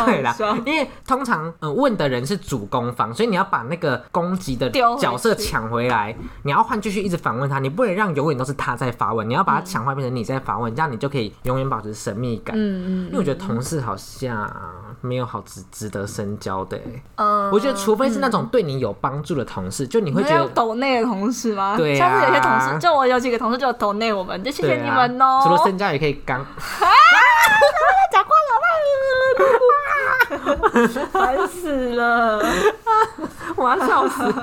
Speaker 2: 对啦
Speaker 1: 好笑，
Speaker 2: 因为通常嗯、呃问的人是主攻方，所以你要把那个攻击的
Speaker 1: 丢回去
Speaker 2: 角色抢回来，你要换继续一直反问他，你不能让永远都是他在发问，你要把他强化变成你在发问，这样你就可以永远保持神秘感。
Speaker 1: 嗯
Speaker 2: 因为我觉得同事好像没有好值值得深交的欸、
Speaker 1: 嗯，
Speaker 2: 我觉得除非是那种对你有帮助的同事，就你
Speaker 1: 你
Speaker 2: 会
Speaker 1: 们
Speaker 2: 觉
Speaker 1: 有
Speaker 2: 得
Speaker 1: 抖内的同事吗？
Speaker 2: 对
Speaker 1: 下次有些同
Speaker 2: 啊
Speaker 1: 事，就我有几个同事就有抖内我们，就谢
Speaker 2: 对
Speaker 1: 谢
Speaker 2: 啊
Speaker 1: 你们哦。
Speaker 2: 除了身教也可以刚，
Speaker 1: [laughs] 讲话了， [laughs] 烦死了，我要笑死。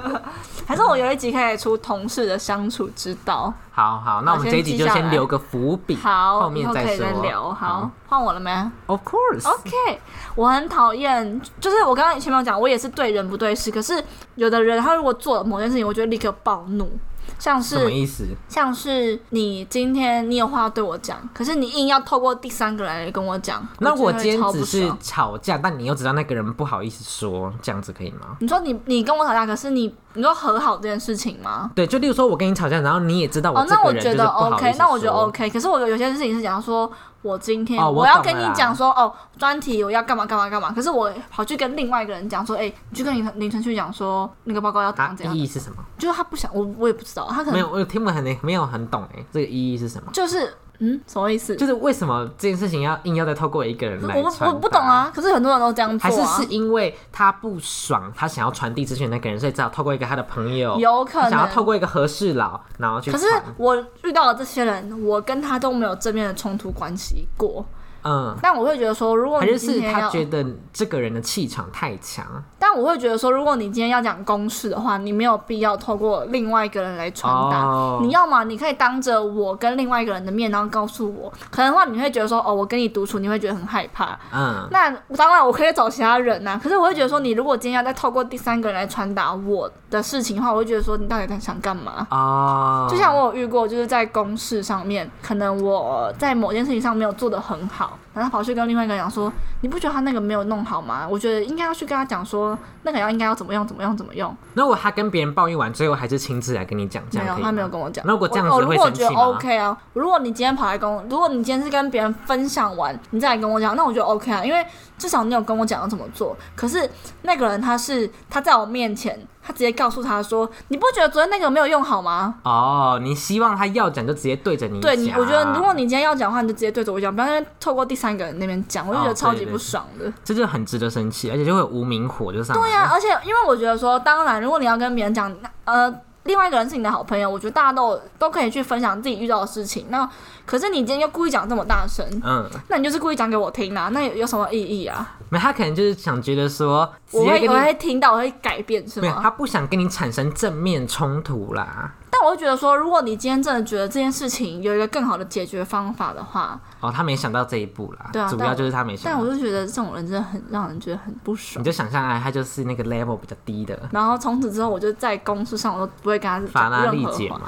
Speaker 1: 还是我有一集可以出同事的相处之道，
Speaker 2: 好好，那我们这一集就
Speaker 1: 好先记下
Speaker 2: 先
Speaker 1: 来
Speaker 2: 留个伏笔，后
Speaker 1: 好，以
Speaker 2: 面
Speaker 1: 后可以
Speaker 2: 说
Speaker 1: 再。聊。好，哦换我了没？
Speaker 2: ，Of course，、
Speaker 1: OK，我很讨厌，就是我刚刚前面有讲，我也是对人不对事。可是有的人他如果做了某件事情，我就会立刻暴怒，像
Speaker 2: 什么
Speaker 1: 是
Speaker 2: 意思？
Speaker 1: 像是你今天你有话要对我讲，可是你硬要透过第三个人来跟我讲，
Speaker 2: 那
Speaker 1: 我
Speaker 2: 我
Speaker 1: 真的
Speaker 2: 今天
Speaker 1: 超
Speaker 2: 只
Speaker 1: 不
Speaker 2: 是
Speaker 1: 爽
Speaker 2: 吵架，但你又知道那个人不好意思说，这样子可以吗？
Speaker 1: 你说你你跟我吵架，可是你你说和好这件事情吗？
Speaker 2: 对，就例如说我跟你吵架，然后你也知道我
Speaker 1: 哦，
Speaker 2: 这
Speaker 1: 那
Speaker 2: 个
Speaker 1: 我
Speaker 2: 人就
Speaker 1: 觉
Speaker 2: 是不
Speaker 1: 得
Speaker 2: 好意
Speaker 1: OK，
Speaker 2: 思
Speaker 1: 那我觉得
Speaker 2: 说
Speaker 1: OK。可是我有有些事情是讲说，我今天、
Speaker 2: 哦我
Speaker 1: 要
Speaker 2: 懂
Speaker 1: 跟
Speaker 2: 了
Speaker 1: 你
Speaker 2: 啦
Speaker 1: 讲说，哦，专题我要干嘛干嘛干嘛。可是我跑去跟另外一个人讲说，哎、你去跟林林晨去讲说那个报告要怎
Speaker 2: 它
Speaker 1: 样怎样，
Speaker 2: 啊意义是什么？
Speaker 1: 就是他不想，我我也不知道，他可能
Speaker 2: 没有，我听不很没有很懂哎，这个意义是什么？
Speaker 1: 就是嗯，什么意思？
Speaker 2: 就是为什么这件事情要硬要再透过一个人
Speaker 1: 我
Speaker 2: 来
Speaker 1: 不
Speaker 2: 传
Speaker 1: 我不懂
Speaker 2: 达？
Speaker 1: 啊。可是很多人都这样做
Speaker 2: 还是
Speaker 1: 啊，
Speaker 2: 是因为他不爽，他想要传递资讯的那个人，所以只好透过一个他的朋友，
Speaker 1: 有可
Speaker 2: 他哦想要
Speaker 1: 能。
Speaker 2: 透过一个和事佬，然后去
Speaker 1: 可
Speaker 2: 传。
Speaker 1: 是我遇到的这些人，我跟他都没有正面的冲突关系过。
Speaker 2: 嗯，
Speaker 1: 但我会觉得说，如果
Speaker 2: 还
Speaker 1: 你
Speaker 2: 是
Speaker 1: 今
Speaker 2: 是
Speaker 1: 天
Speaker 2: 他
Speaker 1: 要
Speaker 2: 觉得这个人的气场太强，
Speaker 1: 但我会觉得说，如果你今天要讲公事的话，你没有必要透过另外一个人来传达。
Speaker 2: 哦
Speaker 1: 你要么你可以当着我跟另外一个人的面，然后告诉我，可能的话你会觉得说，哦，我跟你独处，你会觉得很害怕。
Speaker 2: 嗯，
Speaker 1: 那当然我可以找其他人啊呐、可是我会觉得说，你如果今天要再透过第三个人来传达我的事情的话，我会觉得说，你到底在想干嘛？
Speaker 2: 哦，
Speaker 1: 就像我有遇过，就是在公事上面，可能我在某件事情上没有做得很好，然后他跑去跟另外一个人讲说，你不觉得他那个没有弄好吗？我觉得应该要去跟他讲说，那个要应该要怎么用，怎么用，怎么用。
Speaker 2: 那如果他跟别人抱怨完，最后还是亲自来跟你讲，这
Speaker 1: 没
Speaker 2: 样
Speaker 1: 有，
Speaker 2: 可以
Speaker 1: 他没
Speaker 2: 吗
Speaker 1: 有跟我讲。
Speaker 2: 那如果这样
Speaker 1: 我
Speaker 2: 子
Speaker 1: 哦
Speaker 2: 会
Speaker 1: 如果我
Speaker 2: 生气
Speaker 1: 觉得
Speaker 2: 吗？
Speaker 1: OK 啊，如果你今天跑来跟我，如果你今天是跟别人分享完，你再来跟我讲，那我觉得 OK 啊，因为至少你有跟我讲要怎么做。可是那个人他是他在我面前，他直接告诉他说，你不觉得昨天那个没有用好吗？
Speaker 2: 哦，你希望他要讲就直接对着你
Speaker 1: 对你，
Speaker 2: 你，
Speaker 1: 我觉得如果你今天要讲的话，你就直接对着我讲，不要在那边透过第三个人那边讲，我就觉
Speaker 2: 哦
Speaker 1: 得超
Speaker 2: 对
Speaker 1: 级
Speaker 2: 对
Speaker 1: 不
Speaker 2: 对
Speaker 1: 爽的。
Speaker 2: 这就很值得生气，而且就会有无名火就上来。
Speaker 1: 对啊呀、而且因为我觉得说，当然，如果你要跟别人讲，那呃，另外一个人是你的好朋友，我觉得大家都有都可以去分享自己遇到的事情。那可是你今天又故意讲这么大声，
Speaker 2: 嗯，
Speaker 1: 那你就是故意讲给我听啊，那有有什么意义啊？
Speaker 2: 没他可能就是想觉得说，直
Speaker 1: 我
Speaker 2: 接
Speaker 1: 会
Speaker 2: 跟
Speaker 1: 我
Speaker 2: 你
Speaker 1: 会听到，我会改变是
Speaker 2: 没有，
Speaker 1: 吗？
Speaker 2: 他不想跟你产生正面冲突啦。
Speaker 1: 但我会觉得说，如果你今天真的觉得这件事情有一个更好的解决方法的话，
Speaker 2: 哦，他没想到这一步啦，
Speaker 1: 对啊
Speaker 2: 主
Speaker 1: 但
Speaker 2: 要
Speaker 1: 我
Speaker 2: 就是他没想
Speaker 1: 但我
Speaker 2: 到。
Speaker 1: 就觉得这种人真的很让人觉得很不爽
Speaker 2: 你。就想象哎，他就是那个 level 比较低的
Speaker 1: 然后从此之后，我就在公事上我都不会跟他
Speaker 2: 法
Speaker 1: 讲
Speaker 2: 拉
Speaker 1: 任
Speaker 2: 利
Speaker 1: 何
Speaker 2: 姐
Speaker 1: 话。
Speaker 2: 嘛。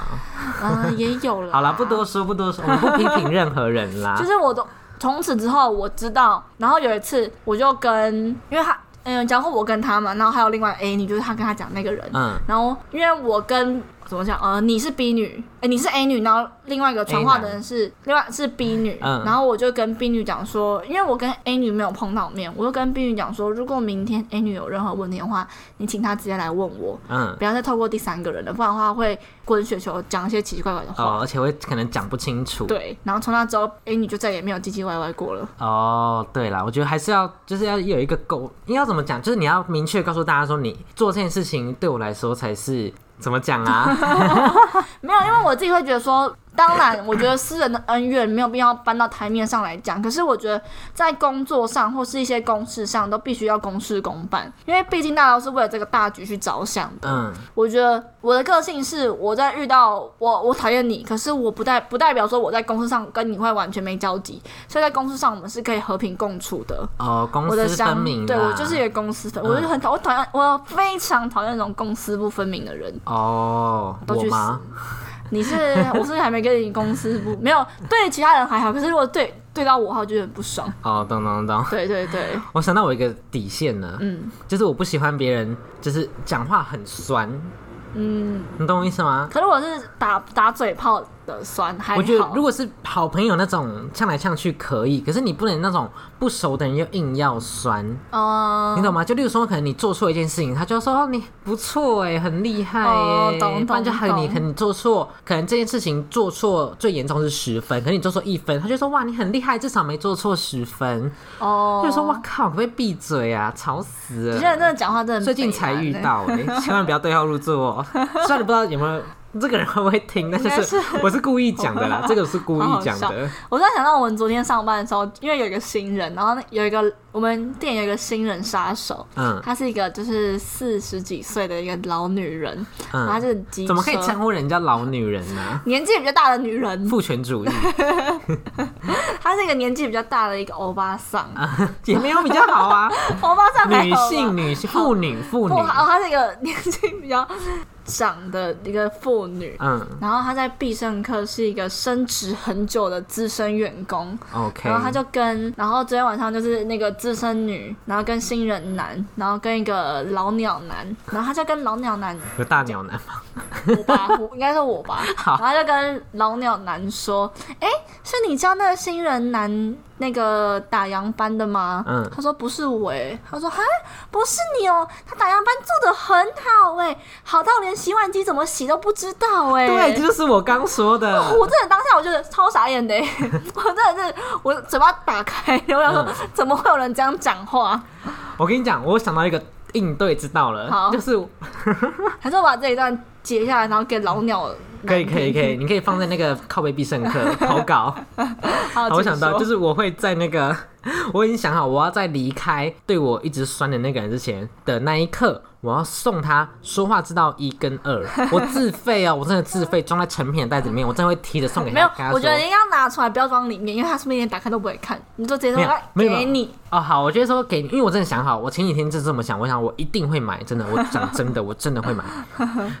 Speaker 1: 嗯，也有了。
Speaker 2: [laughs] 好啦，不多，说，不多说，我们不批评任何人啦。
Speaker 1: [laughs] 就是我都从此之后我知道。然后有一次，我就跟因为他，嗯，讲过我跟他嘛，然后还有另外 A 女，就是他跟他讲那个人。
Speaker 2: 嗯，
Speaker 1: 然后因为我跟怎么讲，呃，你是 B 女，哎，你是 A 女，然后另外一个传话的人是另外是 B 女，
Speaker 2: 嗯
Speaker 1: 然后我就跟 B 女讲说，因为我跟 A 女没有碰到面，我就跟 B 女讲说，如果明天 A 女有任何问题的话，你请她直接来问我。
Speaker 2: 嗯，
Speaker 1: 不要再透过第三个人了，不然的话会滚雪球，讲一些奇奇怪怪的话。
Speaker 2: 哦，而且会可能讲不清楚。
Speaker 1: 对，然后从那之后，哎，你就再也没有唧唧歪歪过了。
Speaker 2: 哦，对啦，我觉得还是要就是要有一个沟，应该要怎么讲？就是你要明确告诉大家说，你做这件事情对我来说才是怎么
Speaker 1: [laughs]
Speaker 2: 讲啊？
Speaker 1: 没有，因为我自己会觉得说，当然，我觉得私人的恩怨没有必要搬到台面上来讲。可是我觉得在工作上或是一些公事上，都必须要公事公办，因为毕竟大家都是为了这个大局去着想的。
Speaker 2: 嗯，
Speaker 1: 我觉得我的个性是，我在遇到我我讨厌你，可是我不代不代表说我在公司上跟你会完全没交集，所以在公司上我们是可以和平共处的。
Speaker 2: 哦，公
Speaker 1: 我的
Speaker 2: 私分
Speaker 1: 想
Speaker 2: 明啦，啊嗯
Speaker 1: 对我就是一个公私分，我就很讨，我讨厌，我非常讨厌那种公私不分明的人。
Speaker 2: 哦，
Speaker 1: 都
Speaker 2: 我
Speaker 1: 去
Speaker 2: 吗？
Speaker 1: 你
Speaker 2: [laughs]
Speaker 1: 是，我是还没跟你公私不没有对其他人还好，可是如果对对到我的话，我就很不爽。
Speaker 2: 哦，懂懂懂，
Speaker 1: 对对 [laughs] 对，
Speaker 2: 我想到我一个底线了，
Speaker 1: 嗯
Speaker 2: 就是我不喜欢别人就是讲话很酸，
Speaker 1: 嗯，
Speaker 2: 你懂我意思吗？
Speaker 1: 可是我是打打嘴炮的酸，还好。
Speaker 2: 我觉得如果是好朋友那种呛来呛去可以，可是你不能那种不熟的人又硬要酸，
Speaker 1: 嗯，
Speaker 2: 你懂吗？就例如说，可能你做错一件事情，他就说哦你不错哎，很厉害
Speaker 1: 哦
Speaker 2: 哎，
Speaker 1: 懂
Speaker 2: 不然就
Speaker 1: 懂
Speaker 2: 还有你
Speaker 1: 懂
Speaker 2: 可能你做错，可能这件事情做错最严重是十分，可能你做错一分，他就说哇你很厉害，至少没做错十分，
Speaker 1: 哦，
Speaker 2: 就说哇靠，可不可以闭嘴啊？吵死
Speaker 1: 有
Speaker 2: 了
Speaker 1: 些！人真的讲话真的很
Speaker 2: 最近
Speaker 1: 北
Speaker 2: 才
Speaker 1: 兰
Speaker 2: 遇
Speaker 1: 欸，
Speaker 2: 到哎、
Speaker 1: [laughs]
Speaker 2: 千万不要对号入座哦。虽然你不知道有没有这个人会不会听，但
Speaker 1: 应该
Speaker 2: 是我是故意讲
Speaker 1: [laughs]
Speaker 2: 的啦，这个我是故意讲
Speaker 1: 好好
Speaker 2: 的。
Speaker 1: 我突然想到，我们昨天上班的时候，因为有一个新人，然后那有一个我们店有一个新人杀手，
Speaker 2: 嗯
Speaker 1: 她是一个就是四十几岁的一个老女人，然后她
Speaker 2: 嗯，
Speaker 1: 就是机车，
Speaker 2: 怎么可以称呼人家老女人呢、
Speaker 1: 年纪比较大的女人？
Speaker 2: 父权主义 [laughs]
Speaker 1: 她是一个年纪比较大的一个欧巴桑，
Speaker 2: 也没有比较好啊。
Speaker 1: 欧巴桑还
Speaker 2: 女
Speaker 1: 好吧
Speaker 2: 性、女性、妇女、妇女
Speaker 1: 不，好，她是一个年纪比较长的一个妇女。
Speaker 2: 嗯
Speaker 1: 然后她在必胜客是一个升职很久的资深员工，
Speaker 2: ，OK
Speaker 1: 然。后他就跟，然后昨天晚上就是那个资深女，然后跟新人男，然后跟一个老鸟男，然后他就跟老鸟男，
Speaker 2: 有大鸟男吗？
Speaker 1: 我吧，我 [laughs] 应该是我吧，然
Speaker 2: 好
Speaker 1: 后他就跟老鸟男说，哎，是你教那个新人男那个打烊班的吗？
Speaker 2: 嗯
Speaker 1: 他说不是我、诶，他说哈，不是你哦，他打烊班做的很好、诶，好到连洗碗机怎么洗都不知道、诶。
Speaker 2: 对，这就是我刚说
Speaker 1: [laughs]
Speaker 2: 的。
Speaker 1: 我真的当下我就是超傻眼的
Speaker 2: [laughs]
Speaker 1: 欸、我真的是我嘴巴打开，我想说
Speaker 2: 嗯
Speaker 1: 怎么会有人这样讲话？
Speaker 2: 我跟你讲，我想到一个应对之道
Speaker 1: 好
Speaker 2: 了，就是
Speaker 1: 还是我把这一段截下来，然后给老鸟
Speaker 2: 可以可以可以，你可以放在那个靠背必胜客
Speaker 1: [laughs]
Speaker 2: 投稿。
Speaker 1: 好，
Speaker 2: 啊好我想到就是是我会在那个， [laughs] 我已经想好我要在离开对我一直酸的那个人之前的那一刻，我要送他说话之道一跟二。我自费哦，我真的自费装在成品的袋子里面，我真的会提着送给他。
Speaker 1: 没有
Speaker 2: 跟他，
Speaker 1: 我觉得
Speaker 2: 说
Speaker 1: 你要拿出来，不要装里面，因为他说不定连打开都不会看，你就直接说
Speaker 2: 没有
Speaker 1: 来
Speaker 2: 没有
Speaker 1: 给你。
Speaker 2: 哦，好，我觉得说给你，因为我真的想好，我前几天就是这么想，我想我一定会买，真的，我
Speaker 1: [laughs]
Speaker 2: 讲真的，我真的会买。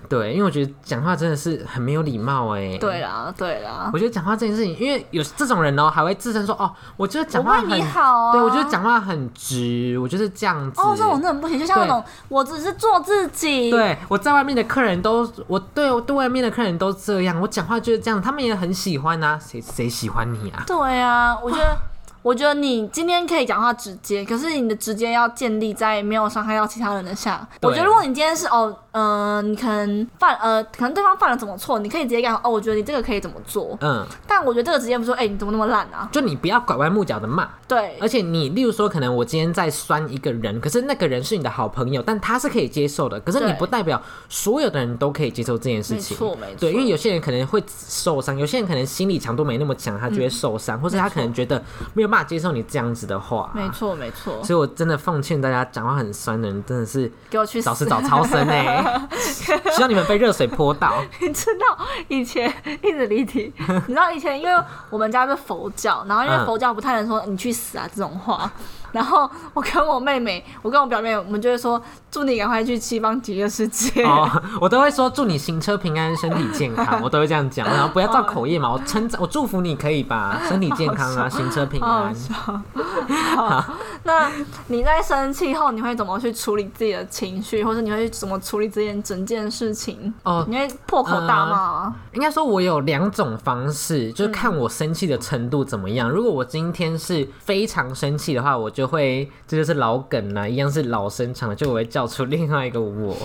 Speaker 2: 对，因为我觉得讲话真的是很没有礼貌哎。
Speaker 1: 对。啦，对啦，
Speaker 2: 我觉得讲话这件事情，因为有这种人哦，还会自称说哦，我就是讲
Speaker 1: 我
Speaker 2: 话
Speaker 1: 为
Speaker 2: 很，
Speaker 1: 你好啊。
Speaker 2: 对我觉得。讲话很直，我就是这样子。
Speaker 1: 哦，这种真的很不行，就像那
Speaker 2: 对
Speaker 1: 种我只是做自己。。
Speaker 2: 对我在外面的客人都，我对我对外面的客人都这样，我讲话就是这样，他们也很喜欢啊，谁谁喜欢你啊？
Speaker 1: 对啊，我觉得，我觉得你今天可以讲话直接，可是你的直接要建立在没有伤害到其他人的下。
Speaker 2: 对
Speaker 1: 我觉得如果你今天是哦，嗯、你可能犯呃，可能对方犯了怎么错，你可以直接讲哦，我觉得你这个可以怎么做。
Speaker 2: 嗯，
Speaker 1: 但我觉得这个直接不是说，哎、你怎么那么烂啊？
Speaker 2: 就你不要拐弯抹角的骂，
Speaker 1: 对
Speaker 2: 而且你例如说，可能我今天在酸一个人，可是那个人是你的好朋友，但他是可以接受的，可是你
Speaker 1: 对
Speaker 2: 不代表所有的人都可以接受这件事
Speaker 1: 没
Speaker 2: 情。
Speaker 1: 错没错，
Speaker 2: 对，因为有些人可能会受伤，有些人可能心理强度没那么强，他就会受伤，或者他可能觉得没有办法接受你这样子的话。
Speaker 1: 没错没错，
Speaker 2: 所以我真的奉劝大家，讲话很酸的人真的
Speaker 1: [laughs]
Speaker 2: 是
Speaker 1: 给我去
Speaker 2: 找死
Speaker 1: 死！
Speaker 2: 找超生哎、
Speaker 1: [laughs]
Speaker 2: 希望你们被热水泼到。
Speaker 1: 你知道以前一直离题，你知道以前因为我们家是佛教，然后因为
Speaker 2: 嗯
Speaker 1: 佛教不太能说你去死啊这种话，然后我跟我妹妹，我跟我表妹，我们就会说祝你赶快去西方极乐世界。 [laughs]
Speaker 2: 哦，我都会说祝你行车平安，身体健康，我都会这样讲，然后不要造口业嘛，我称赞，我祝福你可以吧，身体健康啊，行车平
Speaker 1: 好
Speaker 2: 安
Speaker 1: 好。笑。好，那你在生气后，你会怎么去处理自己的情绪，或者你会怎么处理这件整件事情？
Speaker 2: 哦，呃
Speaker 1: 你会破口大骂吗？
Speaker 2: 应该说我有两种方式，就是看我生气的程度怎么样。如果我今天是非常生气的话，我就会这就是老梗啦、一样是老生常谈，就我会叫出另外一个
Speaker 1: [laughs]
Speaker 2: 我。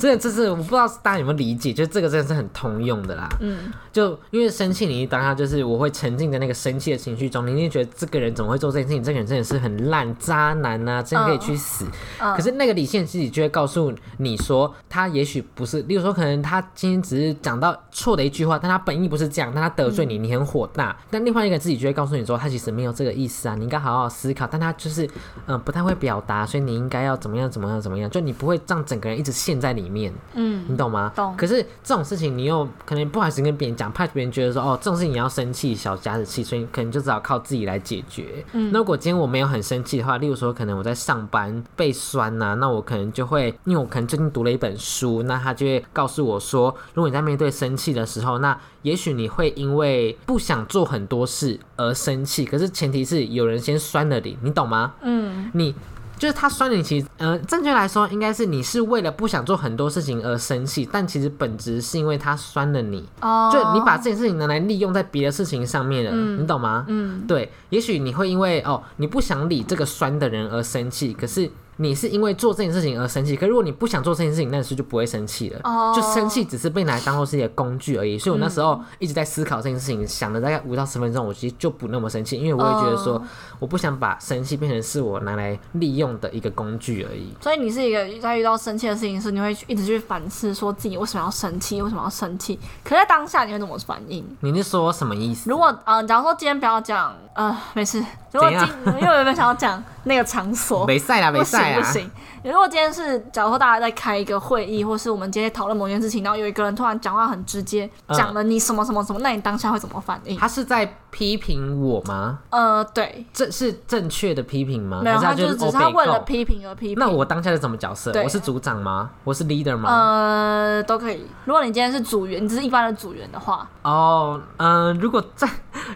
Speaker 2: 真的，这是我不知道大家有没有理解，就是这个真的是很通用的啦。
Speaker 1: 嗯，
Speaker 2: 就因为生气，你一当下就是我会沉浸在那个生气的情绪中，你一定觉得这个人怎么会做这件事情？这个人真的是很烂渣男啊，真的可以去死。
Speaker 1: 嗯
Speaker 2: 可是那个理性自己就会告诉你说，他也许不是，例如说可能他今天只是讲到错的一句话，但他本意不是这样，但他得罪你，你很火大。但另外一个自己就会告诉你说，他其实没有这个意思啊，你应该好好思考。但他就是嗯、呃不太会表达，所以你应该要怎么样怎么样怎么样，就你不会让整个人一直陷在里面。
Speaker 1: 嗯
Speaker 2: 你懂吗？
Speaker 1: 懂
Speaker 2: 可是这种事情，你又可能不好意思跟别人讲，怕别人觉得说，哦，这种事情你要生气，小家子气，所以可能就只好靠自己来解决。嗯，那如果今天我没有很生气的话，例如说，可能我在上班被酸呐、那我可能就会，因为我可能最近读了一本书，那他就会告诉我说，如果你在面对生气的时候，那也许你会因为不想做很多事而生气，可是前提是有人先酸了你，你懂吗？
Speaker 1: 嗯，
Speaker 2: 你就是他酸你，其实呃，正确来说应该是你是为了不想做很多事情而生气，但其实本质是因为他酸了你，
Speaker 1: 哦，
Speaker 2: 就你把这件事情拿来利用在别的事情上面了，你懂吗？
Speaker 1: 嗯，
Speaker 2: 对，也许你会因为哦，你不想理这个酸的人而生气，可是你是因为做这件事情而生气。可如果你不想做这件事情，那你是就不会生气了。
Speaker 1: 哦
Speaker 2: 就生气只是被拿来当做是一个工具而已。所以我那时候一直在思考这件事情，想了大概五到十分钟，我其实就不那么生气，因为我也觉得说，
Speaker 1: 哦
Speaker 2: 我不想把生气变成是我拿来利用的一个工具而已。
Speaker 1: 所以你是一个在遇到生气的事情时，你会去一直去反思，说自己为什么要生气，为什么要生气。可是在当下你会怎么反应？
Speaker 2: 你是说什么意思？
Speaker 1: 如果呃，假如说今天不要讲，呃，没事。如果
Speaker 2: 怎
Speaker 1: 今
Speaker 2: 样
Speaker 1: 因为我原本想要讲那个场所，
Speaker 2: 没赛啦，没
Speaker 1: [laughs]
Speaker 2: 啊
Speaker 1: 不行
Speaker 2: 赛
Speaker 1: 不
Speaker 2: 啦。
Speaker 1: 行。如果今天是，假如说大家在开一个会议，或是我们今天讨论某件事情，然后有一个人突然讲话很直接，
Speaker 2: 嗯
Speaker 1: 讲了你什么什么什么，那你当下会怎么反应？
Speaker 2: 他是在批评我吗？
Speaker 1: 呃，对，
Speaker 2: 这是正确的批评吗？
Speaker 1: 没有，
Speaker 2: 还
Speaker 1: 他
Speaker 2: 是
Speaker 1: 就是
Speaker 2: 是
Speaker 1: 只
Speaker 2: 欧
Speaker 1: 是他
Speaker 2: 北
Speaker 1: 为了
Speaker 2: 共
Speaker 1: 批评而批评。
Speaker 2: 哦那我当下是什么角色？
Speaker 1: 对
Speaker 2: 我是组长吗？我是 leader 吗？
Speaker 1: 呃都可以。如果你今天是组员，你只是一般的组员的话，
Speaker 2: 哦，嗯，如果在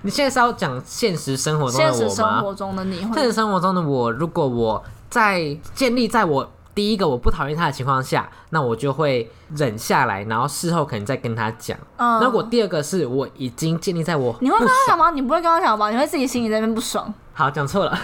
Speaker 2: 你现在是要讲现实生活中
Speaker 1: 现
Speaker 2: 的
Speaker 1: 实
Speaker 2: 我
Speaker 1: 生
Speaker 2: 吗？
Speaker 1: 活中的你
Speaker 2: 现
Speaker 1: 会
Speaker 2: 实生活中的我，如果我在建立在我第一个我不讨厌他的情况下，那我就会忍下来，然后事后可能再跟他讲。
Speaker 1: 嗯
Speaker 2: 那如果第二个是我已经建立在我
Speaker 1: 你会
Speaker 2: 不
Speaker 1: 跟他
Speaker 2: 爽
Speaker 1: 讲吗？你不会跟他讲吧？你会自己心里在那边不爽。
Speaker 2: 好讲
Speaker 1: [laughs]
Speaker 2: 错了，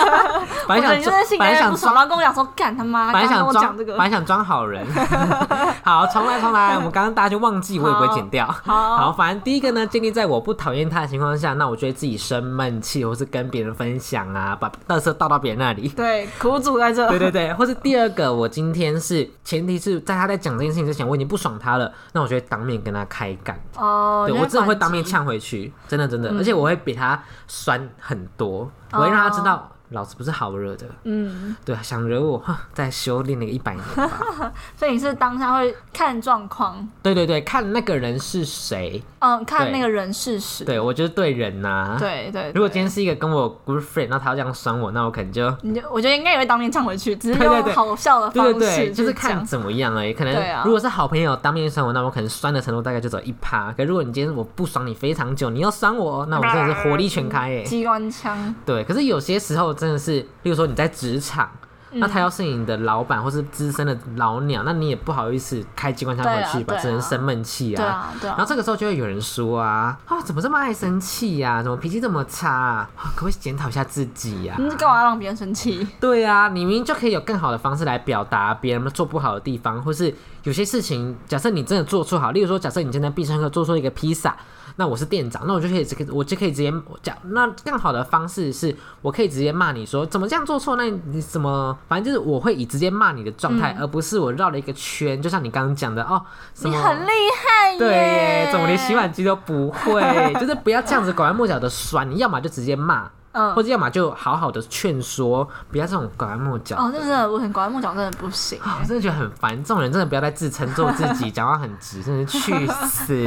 Speaker 1: 我
Speaker 2: 本
Speaker 1: 觉得
Speaker 2: 来
Speaker 1: 你
Speaker 2: 想
Speaker 1: 真的心里
Speaker 2: 装，本
Speaker 1: 在
Speaker 2: 来
Speaker 1: 那边不
Speaker 2: 想
Speaker 1: 爽，
Speaker 2: 装，
Speaker 1: 然后跟我讲说干他妈，
Speaker 2: 本来
Speaker 1: 刚刚跟
Speaker 2: 想
Speaker 1: 我
Speaker 2: 装
Speaker 1: 讲这，个
Speaker 2: 本。来想装好人。 [laughs] 好，重来重来，我们刚刚大家就忘记，我也不会剪掉。
Speaker 1: 好，。
Speaker 2: 好，反正第一个呢，建立在我不讨厌他的情况下，那我就会自己生闷气，或是跟别人分享啊，把垃圾倒到别人那里
Speaker 1: 对，苦主在这。
Speaker 2: 对对对，或是第二个，我今天是前提是在他在讲这件事情之前，我已经不爽他了，那我就会当面跟他开干。
Speaker 1: 哦，
Speaker 2: 对
Speaker 1: 你
Speaker 2: 我真的会
Speaker 1: 反
Speaker 2: 当面
Speaker 1: 击嗯
Speaker 2: 呛回去，真的真的，而且我会比他酸很多，我会让他
Speaker 1: 哦
Speaker 2: 知道、老子不是好惹的。
Speaker 1: 嗯，
Speaker 2: 对，想惹我，哼再修炼了一百年吧。
Speaker 1: 所以你是当下会看状况，
Speaker 2: 对对对，看那个人是谁。
Speaker 1: 嗯，看
Speaker 2: 对
Speaker 1: 那个人事实。
Speaker 2: 对我就是对人呐、
Speaker 1: 对对，
Speaker 2: 如果
Speaker 1: 对
Speaker 2: 今天是一个跟我 good friend，那他要这样酸我，那我可能就
Speaker 1: 你就我觉得应该也会当面呛回去，只是
Speaker 2: 对对
Speaker 1: 用
Speaker 2: 对
Speaker 1: 好笑的方
Speaker 2: 对
Speaker 1: 式
Speaker 2: 对对，就是是看怎么样而已。可
Speaker 1: 对
Speaker 2: 能
Speaker 1: 啊
Speaker 2: 如果是好朋友当面酸我，那我可能酸的程度大概就只有一趴。可如果你今天我不爽你非常久，你要酸我，那我真的是火力全开耶。
Speaker 1: 机关枪。
Speaker 2: 对，可是有些时候真的是，例如说你在职场。
Speaker 1: 嗯
Speaker 2: 那他要是你的老板或是资深的老鸟，那你也不好意思开机关枪回去
Speaker 1: 对啊
Speaker 2: 吧，
Speaker 1: 对啊
Speaker 2: 只能生闷气
Speaker 1: 对啊对
Speaker 2: 然后
Speaker 1: 啊，
Speaker 2: 这个时候就会有人说啊，啊，怎么这么爱生气呀、怎么脾气这么差啊？啊可不可以检讨一下自己呀、
Speaker 1: 你干嘛让别人生气？
Speaker 2: 对啊，你明明就可以有更好的方式来表达别人做不好的地方，或是有些事情，假设你真的做错好，例如说，假设你今天在必胜客做错一个披萨，那我是店长，那我就可以直接，我就可以直接讲，那更好的方式是我可以直接骂你说怎么这样做错，那你怎么，反正就是我会以直接骂你的状态，而不是我绕了一个圈，就像你刚刚讲的哦，什
Speaker 1: 你
Speaker 2: 么
Speaker 1: 很厉害耶！
Speaker 2: [laughs] 对耶，怎么连洗碗机都
Speaker 1: [laughs]
Speaker 2: 不会？就是不要这样子拐弯抹角的酸，你要么就直接骂，
Speaker 1: 嗯
Speaker 2: 或者要么就好好的劝说，不要这种拐弯抹角。啊
Speaker 1: 哦，这真的不行，拐弯抹角真的不行。
Speaker 2: 我真的觉得很烦，这种人真的不要再自称做自己，讲话很直，真的是去
Speaker 1: [laughs]
Speaker 2: 死！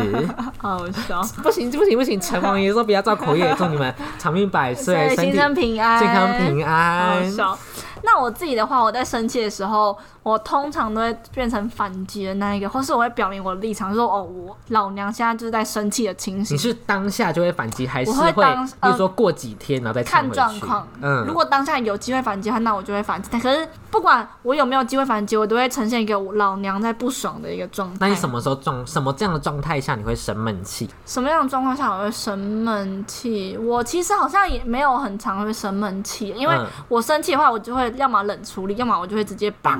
Speaker 1: 好
Speaker 2: [laughs]
Speaker 1: 笑。
Speaker 2: 不行不行不行，陈王爷说不要造口业，祝你们长命百岁，身
Speaker 1: 心
Speaker 2: 体
Speaker 1: 生平安，
Speaker 2: 健康平
Speaker 1: 好
Speaker 2: 安。
Speaker 1: 笑。那我自己的话，我在生气的时候，我通常都会变成反击的那一个，或是我会表明我的立场，说哦，我老娘现在就是在生气的情
Speaker 2: 你
Speaker 1: 形。
Speaker 2: 是当下就会反击，还是
Speaker 1: 我会
Speaker 2: 会，
Speaker 1: 当
Speaker 2: 比如说过几天然后再
Speaker 1: 看
Speaker 2: 呛回
Speaker 1: 状
Speaker 2: 去
Speaker 1: 况，
Speaker 2: 嗯，
Speaker 1: 如果当下有机会反击的话，那我就会反击。但可是不管我有没有机会反击，我都会呈现一个我老娘在不爽的一个状态。
Speaker 2: 那你什么时候状什么这样的状态下你会生闷气？
Speaker 1: 什么样的状况下我会生闷气？我其实好像也没有很常会生闷气，因为
Speaker 2: 嗯
Speaker 1: 我生气的话，我就会要么冷处理，要么我就会直接砰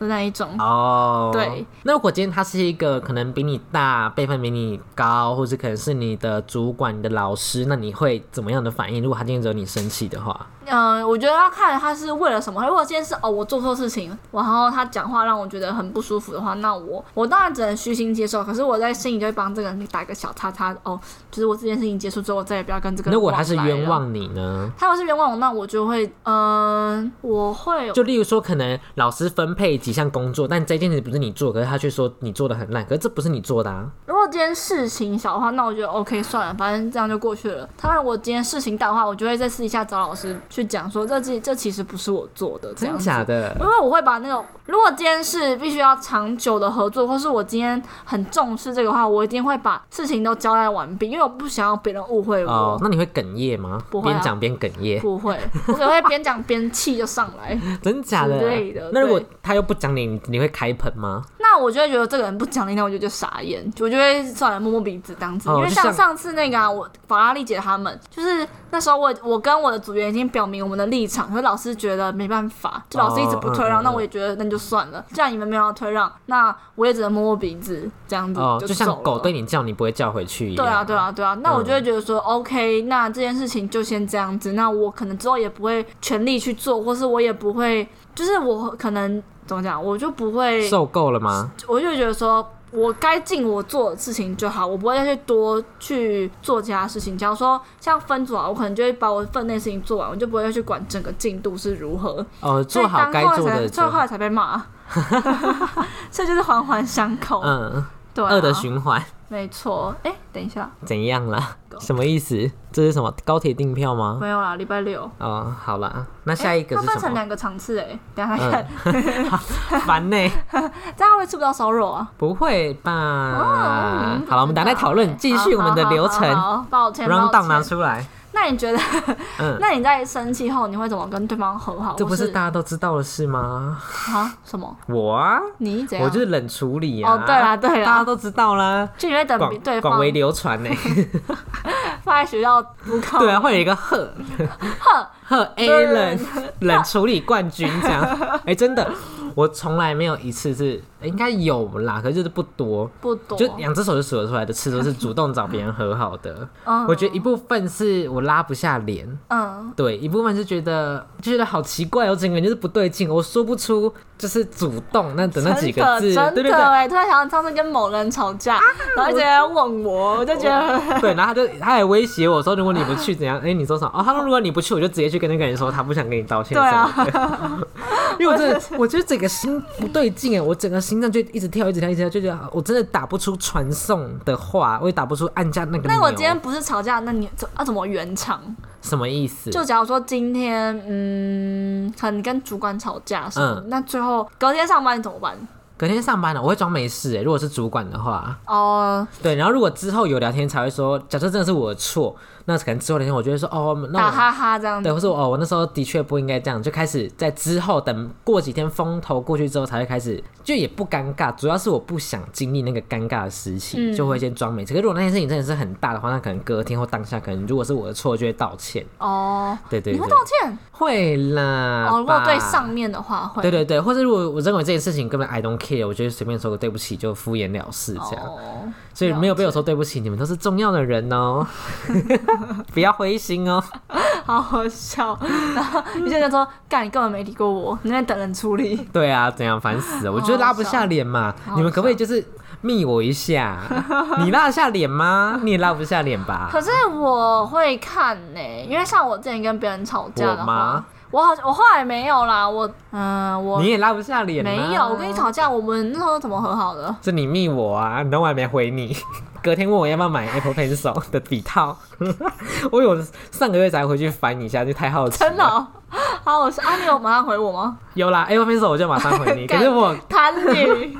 Speaker 1: 的那一种。
Speaker 2: 哦，
Speaker 1: 对。
Speaker 2: 那如果今天他是一个可能比你大、辈分比你高，或者可能是你的主管、你的老师，那你会怎么样的反应？如果他今天惹你生气的话，
Speaker 1: 嗯、我觉得要看他是为了什么。如果今天是哦我做错事情，然后他讲话让我觉得很不舒服的话，那我我当然只能虚心接受。可是我在心里就会帮这个人打一个小叉叉。哦，就是我这件事情结束之后，我再也不要跟这个人。
Speaker 2: 如果他是冤，枉你呢？
Speaker 1: 他要是冤枉我，那我就会嗯、我会
Speaker 2: 就例如说，可能老师分配几项工作，但这件事不是你做，可是他却说你做的很烂，可是这不是你做的啊。
Speaker 1: 如果今天事情小的话，那我觉得 OK 算了，反正这样就过去了。当然，我今天事情大的话，我就会在私底下找老师去讲说，这这这其实不是我做的，这
Speaker 2: 真
Speaker 1: 样
Speaker 2: 的
Speaker 1: 子
Speaker 2: 假的
Speaker 1: 因？为我会把那种，如果今天是必须要长久的合作，或是我今天很重视这个话，我一定会把事情都交代完毕，因为我不想要别人误会我。
Speaker 2: 哦，那你会哽咽吗
Speaker 1: 不？会啊
Speaker 2: 边讲边哽咽，
Speaker 1: 不会，我只会边讲边气就上来。
Speaker 2: 真假的
Speaker 1: 之类的？
Speaker 2: 那如果
Speaker 1: 对
Speaker 2: 他又不讲你，你你会开喷吗？
Speaker 1: 那我就会觉得这个人不讲理，那我就就傻眼，我就会算了，摸摸鼻子这样子。
Speaker 2: 哦
Speaker 1: 因为
Speaker 2: 就
Speaker 1: 像
Speaker 2: 像
Speaker 1: 上次那个啊，我法拉利姐他们，就是那时候我我跟我的组员已经表明我们的立场，可是老师觉得没办法，就老师一直不
Speaker 2: 哦
Speaker 1: 退让，
Speaker 2: 嗯嗯
Speaker 1: 那我也觉得那就算了，既然你们没有要退让，那我也只能摸摸鼻子这样子
Speaker 2: 哦，
Speaker 1: 就
Speaker 2: 就
Speaker 1: 走
Speaker 2: 像
Speaker 1: 了
Speaker 2: 狗对你叫，你不会叫回去一样。嗯
Speaker 1: 对啊，对啊，对啊，那我就会觉得说、o k 那这件事情就先这样子，那我可能之后也不会全力去做，或是我也不会，就是我可能怎么讲，我就不会
Speaker 2: 受够了吗？
Speaker 1: 我就觉得说，我该尽我做的事情就好，我不会再去多去做其他事情。假如说像分组啊，我可能就会把我分内事情做完，我就不会再去管整个进度是如
Speaker 2: [laughs]
Speaker 1: 何。
Speaker 2: 哦，做好该做的
Speaker 1: 所以当后来才，所以
Speaker 2: 就
Speaker 1: 后来才被骂。 [laughs] 这就是环环相扣，
Speaker 2: 嗯，
Speaker 1: 对、啊，
Speaker 2: 恶的循环
Speaker 1: 没错。哎、等一下，
Speaker 2: 怎样啦？什么意思？这是什么高铁订票吗？
Speaker 1: 没有啦，礼拜六。
Speaker 2: 哦，好啦，那下一个
Speaker 1: 它
Speaker 2: 是
Speaker 1: 分
Speaker 2: 什
Speaker 1: 成
Speaker 2: 么？
Speaker 1: 两个场次哎、等一下再看，
Speaker 2: 嗯，
Speaker 1: [laughs]
Speaker 2: 烦呢、嗯
Speaker 1: 这样会不会吃不到烧肉啊？
Speaker 2: 不会吧
Speaker 1: 嗯？
Speaker 2: 好了，我们等下再讨论，继续我们的流
Speaker 1: 好好
Speaker 2: 程
Speaker 1: 好好抱歉，
Speaker 2: ，round down 啊
Speaker 1: 抱
Speaker 2: 拿
Speaker 1: 歉。
Speaker 2: 出来。
Speaker 1: 那你觉得 [laughs]
Speaker 2: 嗯，
Speaker 1: 那你在生气后，你会怎么跟对方和好？
Speaker 2: 这
Speaker 1: 或
Speaker 2: 不是
Speaker 1: 是
Speaker 2: 大家都知道的事吗？
Speaker 1: 啊？什么？
Speaker 2: 我啊，
Speaker 1: 你怎样？
Speaker 2: 我就是冷处理啊。
Speaker 1: 哦，对啦，对
Speaker 2: 大家
Speaker 1: 啦，
Speaker 2: 都知道啦，
Speaker 1: 就你会等
Speaker 2: 广
Speaker 1: 比对
Speaker 2: 广
Speaker 1: 方
Speaker 2: 为流传呢。
Speaker 1: 放在学校补考，
Speaker 2: 对啊，会有一个呵
Speaker 1: 哦呵，嗯
Speaker 2: [laughs] 呵 A
Speaker 1: [laughs]
Speaker 2: 冷冷处理冠军这样。哎，真的，我从来没有一次是，哎应该有啦，可是就是不多。
Speaker 1: 不多，
Speaker 2: 就两只手就数得出来的次都是主动找别人和好的。
Speaker 1: [laughs] 嗯
Speaker 2: 我觉得一部分是我拉不下脸，
Speaker 1: 嗯，
Speaker 2: 对，一部分是觉得就觉得好奇怪哦，我整个人就是不对劲，我说不出就是主动那的那几个字，
Speaker 1: 真的
Speaker 2: 对
Speaker 1: 真的
Speaker 2: 对对。
Speaker 1: 哎，突然想到上次跟某人吵架，然后一直在问我，我就觉 [laughs] 得
Speaker 2: 对，啊然后他就他还威胁我说，如果你不去怎样？哎、你说什么？哦，他说如果你不去，我就直接去跟那个人说他不想跟你道歉
Speaker 1: 对
Speaker 2: [laughs]
Speaker 1: 啊
Speaker 2: 什么的 [laughs] 因为
Speaker 1: [laughs]
Speaker 2: 我真的，我觉得整个心不对劲哎，我整个心脏就一直跳，一直跳，一直跳，就觉得啊我真的打不出传送的话，我也打不出按下那个钮。
Speaker 1: 那我今天不是吵架，那你怎啊要怎么圆场？
Speaker 2: 什么意思？
Speaker 1: 就假如说今天嗯，可能跟主管吵架什么的，
Speaker 2: 嗯
Speaker 1: 那最后隔天上班你怎么办？
Speaker 2: 隔天上班了，我会装没事、欸。如果是主管的话，
Speaker 1: 哦，
Speaker 2: 对。然后如果之后有聊天才会说，假设真的是我的错，那可能之后聊天我就会说，哦，那
Speaker 1: 打
Speaker 2: 我
Speaker 1: 哈哈这样
Speaker 2: 对，
Speaker 1: 子，
Speaker 2: 或者哦，我那时候的确不应该这样，就开始在之后等过几天风头过去之后才会开始，就也不尴尬，主要是我不想经历那个尴尬的时期，
Speaker 1: 嗯
Speaker 2: 就会先装没事。可是如果那件事情真的是很大的话，那可能隔天或当下，可能如果是我的错，就会道歉。
Speaker 1: 哦，
Speaker 2: 对对
Speaker 1: 你
Speaker 2: 对
Speaker 1: 会，道歉？
Speaker 2: 会啦。
Speaker 1: 哦，如果
Speaker 2: 吧
Speaker 1: 对上面的话会，
Speaker 2: 对对对，或者如果我认为这件事情根本 I don't care，我觉得随便说个对不起就敷衍了事这样，
Speaker 1: 哦，
Speaker 2: 所以没有被我说对不起，你们都是重要的人哦， [laughs] 不要灰心哦。
Speaker 1: [laughs] 好好笑。 [laughs] 然后你就在说，干，你根本没理过我，你在等人处
Speaker 2: [laughs]
Speaker 1: 理。
Speaker 2: 对啊，怎样烦死了，我觉得拉不下脸嘛
Speaker 1: 好，
Speaker 2: 你们可不可以就是密我
Speaker 1: [laughs]
Speaker 2: 一下？你拉得下脸吗？你也拉不下脸吧
Speaker 1: 可？是我会看呢、因为像我之前跟别人吵架的
Speaker 2: 我
Speaker 1: 话
Speaker 2: 吗，
Speaker 1: 我好我后来没有啦，我嗯、我
Speaker 2: 你也拉不下脸啊，
Speaker 1: 没有，我跟你吵架，我们那时候怎么和好的？
Speaker 2: 是你密我啊，你都还没
Speaker 1: [laughs]
Speaker 2: 回你。隔天问我要不要买 Apple Pencil 的笔套， [laughs] 我有上个月才回去翻一下，就太好奇了。
Speaker 1: 真的哦、 [laughs] 好，我是啊，你有马上回我吗？
Speaker 2: 有啦，Apple Pencil 我就马上回
Speaker 1: [laughs]
Speaker 2: 你。可
Speaker 1: 干
Speaker 2: 是我
Speaker 1: 贪
Speaker 2: [laughs]
Speaker 1: 女，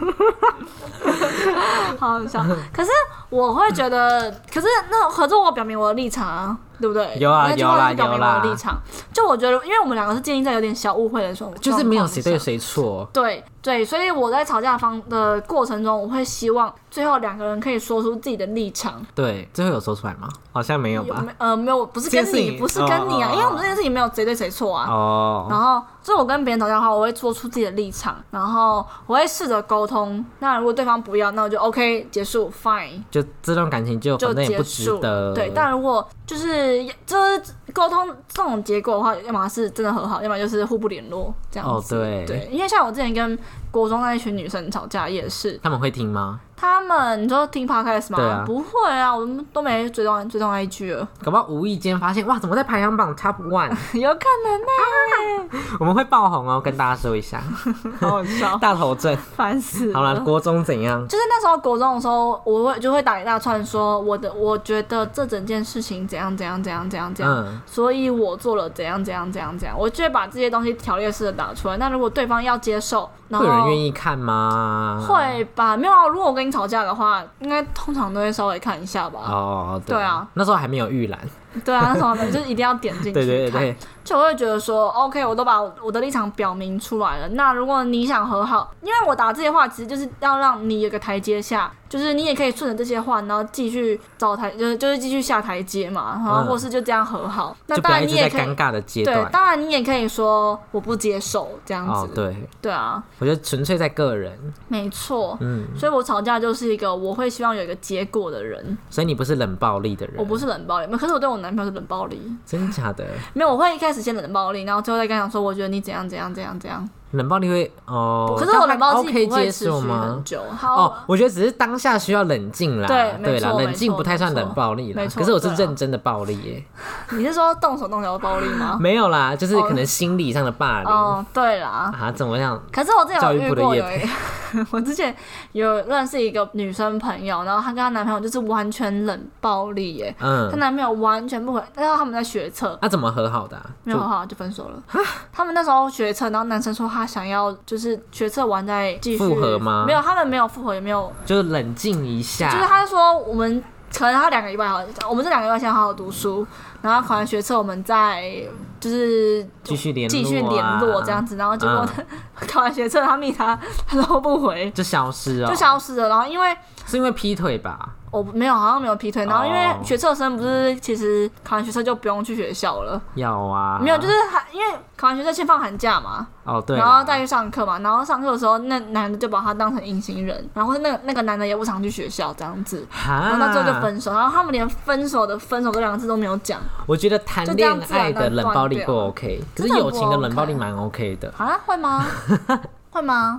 Speaker 1: 好好笑。可是我会觉得，可是那种合作我表明我的立场啊，对不对？
Speaker 2: 有啊
Speaker 1: 那句话
Speaker 2: 有啦
Speaker 1: 是表明
Speaker 2: 有啦
Speaker 1: 我的立场。就我觉得，因为我们两个是建立在有点小误会的状，
Speaker 2: 就是没有
Speaker 1: 状
Speaker 2: 谁
Speaker 1: 况
Speaker 2: 对
Speaker 1: 下。
Speaker 2: 谁错，
Speaker 1: 对对，所以我在吵架方的过程中，我会希望最后两个人可以说出自己的立场。
Speaker 2: 对，最后有说出来吗？好像没有
Speaker 1: 有
Speaker 2: 吧。
Speaker 1: 没呃没有，不是
Speaker 2: 这件
Speaker 1: 跟
Speaker 2: 事
Speaker 1: 你，
Speaker 2: 情
Speaker 1: 不是跟你啊，
Speaker 2: 哦哦哦
Speaker 1: 因为我们这件事情没有谁对谁错啊。然
Speaker 2: 哦，
Speaker 1: 后，所以我跟别人吵架的话，我会说出自己的立场，然后我会试着沟通。那如果对方不要，那我就 OK 结束，fine
Speaker 2: 就这段感情就
Speaker 1: 就
Speaker 2: 哦反正也
Speaker 1: 结
Speaker 2: 不值
Speaker 1: 束
Speaker 2: 得。。
Speaker 1: 对，但如果就是就是沟通这种结果的话，要么是真的和好，要么就是互不联络这样
Speaker 2: 哦
Speaker 1: 子。
Speaker 2: 对
Speaker 1: 对，因为像我之前跟国中那一群女生吵架也是，
Speaker 2: 他们会听吗？
Speaker 1: 他们你说听 podcast 吗？
Speaker 2: 对啊
Speaker 1: 不会啊，我们都没追踪追踪 IG 了， [laughs]
Speaker 2: 搞不好无意间发现哇，怎么在排行榜 top one？ [laughs]
Speaker 1: 有可能啊呢、
Speaker 2: 我们会爆红哦，跟大家说一
Speaker 1: [laughs]
Speaker 2: 下，
Speaker 1: 好好笑，
Speaker 2: 大头症。
Speaker 1: 烦死
Speaker 2: 好了，
Speaker 1: 了。
Speaker 2: 国中怎样？
Speaker 1: 就是那时候国中的时候，我会就会打一大串说我的，我觉得这整件事情怎样怎样怎样怎样怎样，
Speaker 2: 嗯，
Speaker 1: 所以我做了怎样怎样怎样怎样，我就会把这些东西条列式的打出来。那如果对方要接受，然
Speaker 2: 会
Speaker 1: 后
Speaker 2: 有人愿意嗯看吗？
Speaker 1: 会吧？没有啊，如果我跟你吵架的话，应该通常都会稍微看一下吧。
Speaker 2: 哦，
Speaker 1: 对啊，
Speaker 2: 那时候还没有预览，
Speaker 1: 对啊，那时候呢就是一定要点进去看。
Speaker 2: [laughs] 对对对对，
Speaker 1: 就我会觉得说，OK，我都把我的立场表明出来了。那如果你想和好，因为我打这些话，其实就是要让你有个台阶下，就是你也可以顺着这些话，然后继续找台，就是就是继续下台阶嘛，然后
Speaker 2: 嗯
Speaker 1: 或是就这样和好。那
Speaker 2: 就不
Speaker 1: 当
Speaker 2: 要
Speaker 1: 然
Speaker 2: 一
Speaker 1: 你
Speaker 2: 直
Speaker 1: 也
Speaker 2: 在
Speaker 1: 可以
Speaker 2: 尴，尬的阶
Speaker 1: 对，
Speaker 2: 段。
Speaker 1: 当然你也可以说我不接受这样子，
Speaker 2: 哦，对，
Speaker 1: 对啊，
Speaker 2: 我觉得纯粹在个人，
Speaker 1: 没错。
Speaker 2: 嗯，
Speaker 1: 所以我吵架就是一个我会希望有一个结果的人，
Speaker 2: 所以你不是冷暴力的人，
Speaker 1: 我不是冷暴力，可是我对我男朋友是冷暴力，
Speaker 2: 真假的
Speaker 1: 没有，我会一开始先冷暴力，然后最后再跟他讲说，我觉得你怎样怎样怎样怎样。
Speaker 2: 冷暴力会哦，
Speaker 1: 可是我冷暴
Speaker 2: 但
Speaker 1: 力
Speaker 2: OK
Speaker 1: 不会
Speaker 2: 接
Speaker 1: 持续
Speaker 2: 受吗
Speaker 1: 很？久。好，
Speaker 2: 哦，我觉得只是当下需要冷静啦，
Speaker 1: 对没
Speaker 2: 对啦，
Speaker 1: 错
Speaker 2: 冷静
Speaker 1: 没错
Speaker 2: 不太算
Speaker 1: 没错
Speaker 2: 冷暴力啦
Speaker 1: 没。错
Speaker 2: 可是我是
Speaker 1: 对啊
Speaker 2: 认真的暴力耶，
Speaker 1: 你是说动手动脚的暴力
Speaker 2: [laughs]
Speaker 1: 吗？
Speaker 2: 没有啦，就是
Speaker 1: 哦
Speaker 2: 可能心理上的霸凌
Speaker 1: 哦，对啦。
Speaker 2: 啊，怎么样？
Speaker 1: 可是我之前
Speaker 2: 教育
Speaker 1: 有遇
Speaker 2: 部的
Speaker 1: 过
Speaker 2: 业
Speaker 1: 有一， [laughs] 我之前有认识一个女生朋友，然后她跟她男朋友就是完全冷暴力耶，她
Speaker 2: 嗯，
Speaker 1: 男朋友完全不回，然后他们在学车，
Speaker 2: 那怎么和好的啊？
Speaker 1: 没有很好就分手
Speaker 2: [laughs]
Speaker 1: 了。他们那时候学车，然后男生说他想要就是学车完再继续
Speaker 2: 复合吗
Speaker 1: 没有，他们没有复合，也没有
Speaker 2: 就就是冷静一下，
Speaker 1: 就是他说我们可能他两个礼拜好，我们这两个礼拜先好好读书，然后考完学测我们再就是
Speaker 2: 继续联络啊
Speaker 1: 继续联络这样
Speaker 2: 嗯
Speaker 1: 子，然后结果他、考完学测他密他他都不回，
Speaker 2: 就消失哦，
Speaker 1: 就消失了。然后因为
Speaker 2: 是因为劈腿吧？
Speaker 1: 我没有好像没有劈腿，然后因
Speaker 2: 哦
Speaker 1: 为学测生不是其实考完学测就不用去学校了，
Speaker 2: 要啊，
Speaker 1: 没有就是寒因为考完学测先放寒假嘛，
Speaker 2: 哦对啦，
Speaker 1: 然后再去上课嘛，然后上课的时候那男的就把他当成隐形人，然后那个那个男的也不常去学校这样子。
Speaker 2: 哈，
Speaker 1: 然后到最后就分手，然后他们连分手的“分手”这两个字都没有讲
Speaker 2: 我觉得谈恋爱的冷暴力不 OK，可
Speaker 1: 就是这样自然地断掉
Speaker 2: 友情的冷暴力蛮 OK 的。
Speaker 1: 啊？会
Speaker 2: [laughs]
Speaker 1: 吗？会吗？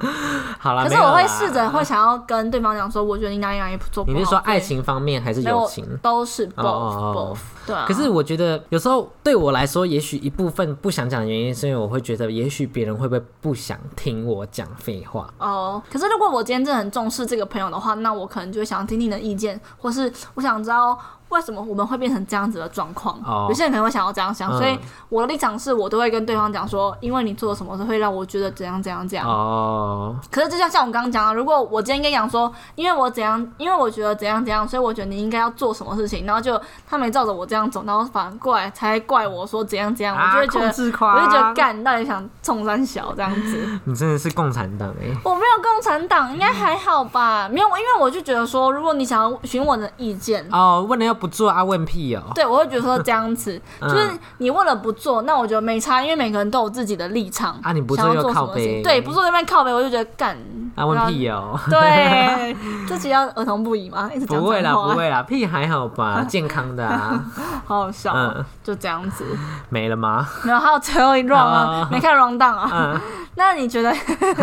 Speaker 2: 好啦，
Speaker 1: 可是
Speaker 2: 啊没有
Speaker 1: 我
Speaker 2: 啦
Speaker 1: 会试着会。想要跟对方讲说，我觉得你哪里哪里做不好。
Speaker 2: 你是说
Speaker 1: 对
Speaker 2: 爱？情方面还是
Speaker 1: 没有
Speaker 2: 友情？
Speaker 1: 都是 both
Speaker 2: 哦哦
Speaker 1: both，对啊。
Speaker 2: 可是我觉得有时候对我来说，也许一部分不想讲的原因，是因为我会觉得，也许别人会不会不想听我讲废话？
Speaker 1: 哦，可是如果我今天真的很重视这个朋友的话，那我可能就会想听听你的意见，或是我想知道为什么我们会变成这样子的状况。
Speaker 2: 哦
Speaker 1: 有些人可能会想要这样想，
Speaker 2: 嗯
Speaker 1: 所以我的立场是我都会跟对方讲说，因为你做了什么事会让我觉得怎样怎样怎样。
Speaker 2: 哦，
Speaker 1: 可是就像像我刚刚讲的，如果我今天跟你讲说，因为我怎样，因为我觉得怎样怎样，所以我觉得你应该要做什么事情，然后就他没照着我这样走，然后反过来才怪我说怎样怎样，我就会觉
Speaker 2: 啊
Speaker 1: 得
Speaker 2: 控，制
Speaker 1: 我
Speaker 2: 狂，
Speaker 1: 就觉得干，你到底想冲三小这样子？
Speaker 2: 你真的是共产党哎、
Speaker 1: 我没有共产党，应该还好吧？没有，因为我就觉得说，如果你想要询我的意见。
Speaker 2: 哦，问了要不做啊，问屁哦。
Speaker 1: 对，我会觉得说这样子，
Speaker 2: [laughs] 嗯
Speaker 1: 就是你为了不做，那我觉得没差，因为每个人都有自己的立场
Speaker 2: 啊你不做
Speaker 1: 想要
Speaker 2: 又
Speaker 1: 做什
Speaker 2: 靠
Speaker 1: 么事情
Speaker 2: 背
Speaker 1: 对，不做那边靠背，我就觉得干
Speaker 2: 啊，问屁哦。 [laughs]
Speaker 1: 对，这集要儿童不宜吗？一直讲
Speaker 2: 不会啦，
Speaker 1: 脏话
Speaker 2: 不，会啦，屁还
Speaker 1: [laughs]
Speaker 2: 好吧，健康的啊。
Speaker 1: 好好笑哦，
Speaker 2: 嗯，
Speaker 1: 就这样子。
Speaker 2: 没了吗？
Speaker 1: 然后还有最后一 round
Speaker 2: 好
Speaker 1: 啊，没看 round down 啊？
Speaker 2: 哦嗯，
Speaker 1: 那你觉得？ [laughs]